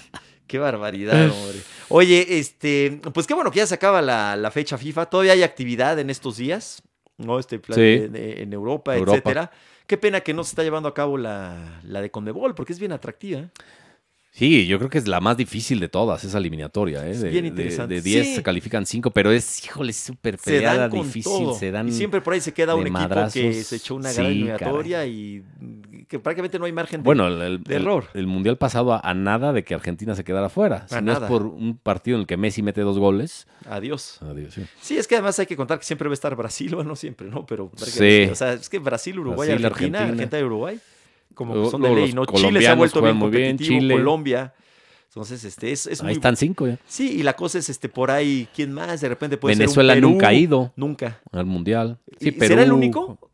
S1: qué barbaridad, hombre. Oye, este, pues qué bueno que ya se acaba la, la fecha FIFA. Todavía hay actividad en estos días, ¿no? Este plan
S2: Sí.
S1: de- de- en Europa,
S2: Europa.
S1: etcétera. Qué pena que no se está llevando a cabo la, la de Condebol, porque es bien atractiva. ¿eh?
S2: Sí, yo creo que es la más difícil de todas, esa eliminatoria. ¿eh?
S1: Es
S2: de,
S1: bien
S2: de-
S1: interesante.
S2: De 10
S1: Sí.
S2: se califican 5, pero es, híjole, es súper
S1: Se
S2: peleada,
S1: dan con
S2: difícil.
S1: todo.
S2: Se dan.
S1: y siempre por ahí se queda
S2: de
S1: un equipo que
S2: madrazos.
S1: se echó una
S2: Sí,
S1: gran eliminatoria y que prácticamente no hay margen de
S2: Bueno, el, el-
S1: de
S2: el-
S1: error.
S2: el mundial pasado a, a nada de que Argentina se quedara fuera. Si
S1: A
S2: no
S1: nada.
S2: es por un partido en el que Messi mete dos goles.
S1: adiós.
S2: Adiós. sí.
S1: Sí, es que además hay que contar que siempre va a estar Brasil, bueno, no siempre, ¿no? Pero
S2: Sí.
S1: o sea, es que Brasil, Uruguay,
S2: Brasil,
S1: Argentina,
S2: Argentina.
S1: Argentina y Uruguay. como
S2: Luego-
S1: son de
S2: luego
S1: ley,
S2: los
S1: ¿no? Chile se ha
S2: colombianos
S1: vuelto bien
S2: juegan muy bien,
S1: competitivo,
S2: Chile.
S1: Colombia. Entonces, este, es, es
S2: Ahí
S1: muy-
S2: están cinco ya.
S1: Sí, y la cosa es este por ahí, ¿quién más? De repente puede
S2: Venezuela
S1: ser un Perú.
S2: nunca ha ido
S1: Nunca.
S2: al mundial.
S1: ¿Y-
S2: Sí,
S1: y ¿Será el
S2: Perú.
S1: único?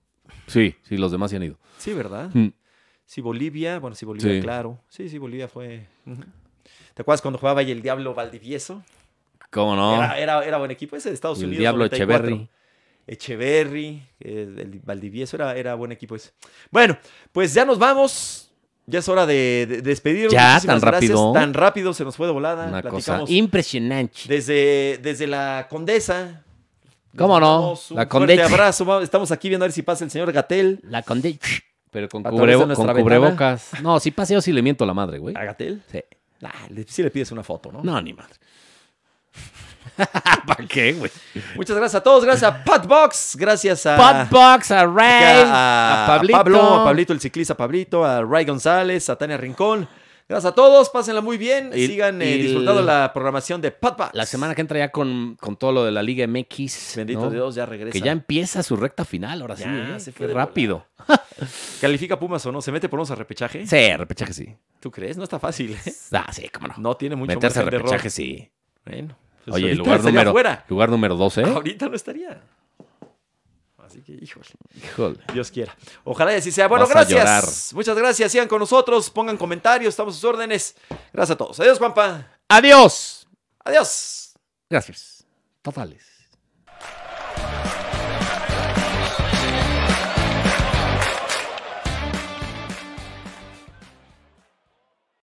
S2: Sí, sí, los demás sí han ido.
S1: Sí, ¿verdad?
S2: Mm.
S1: Sí, Bolivia, bueno, sí, Bolivia,
S2: Sí.
S1: claro. Sí, sí, Bolivia fue. Ujú. ¿Te acuerdas cuando jugaba y el Diablo Valdivieso?
S2: ¿Cómo no?
S1: Era, era, era buen equipo ese de Estados
S2: Ah. Y el
S1: Unidos.
S2: Diablo
S1: 94.
S2: Echeverry.
S1: Echeverry, eh, el Valdivieso, era, era buen equipo ese. Bueno, pues ya nos vamos. Ya es hora de, de- de despedirnos.
S2: Ya,
S1: Muchísimas
S2: tan
S1: gracias.
S2: rápido.
S1: Tan rápido, se nos fue de volada.
S2: Una cosa
S1: Platicamos
S2: impresionante.
S1: desde, desde la Condesa.
S2: ¿Cómo
S1: Les
S2: no?
S1: mandamos Un
S2: La
S1: fuerte
S2: Condesa.
S1: abrazo. Va- Estamos aquí viendo a ver si pasa el señor Gatel.
S2: La conde. Pero con,
S1: A través de
S2: cubrebo-
S1: nuestra
S2: con
S1: ventana.
S2: cubrebocas. No, si paseo, sí le miento a la madre, güey.
S1: ¿A Gatel?
S2: Sí.
S1: Ah, le- sí le pides una foto, ¿no?
S2: No, ni madre. ¿Para qué, güey?
S1: Muchas gracias a todos. Gracias a Patbox. Gracias a.
S2: Podbox, a Ray,
S1: aquí
S2: a, Pablito.
S1: Pablo, Ah. a Pablito el ciclista, a Pablito, a Ray González, a Tania Rincón. Gracias a todos, pásenla muy bien.
S2: Y-
S1: Sigan eh,
S2: y el-
S1: disfrutando la programación de Patbox.
S2: La semana que entra ya con, con todo lo de la Liga MX.
S1: Bendito
S2: ¿no?
S1: Dios, ya regresa.
S2: Que ya empieza su recta final, ahora sí.
S1: Ya,
S2: ¿eh?
S1: se fue
S2: Qué
S1: de
S2: rápido.
S1: ¿Califica Pumas o no? ¿Se mete por unos a repechaje?
S2: Sí, repechaje sí.
S1: ¿Tú crees? No está fácil. ¿eh?
S2: Ah, sí, cómo no.
S1: No tiene mucho
S2: Meterse a
S1: margen de error.
S2: repechaje sí.
S1: Bueno, pues
S2: Oye,
S1: ahorita
S2: lugar
S1: estaría
S2: número,
S1: fuera.
S2: lugar número 12. ¿eh?
S1: Ahorita no estaría. Así que, híjole.
S2: Híjole.
S1: Dios quiera. Ojalá y así sea. Bueno,
S2: Vas a llorar.
S1: gracias. Muchas gracias. Sigan con nosotros. Pongan comentarios. Estamos a sus órdenes. Gracias a todos. Adiós, Juanpa.
S2: Adiós.
S1: Adiós.
S2: Gracias. Totales.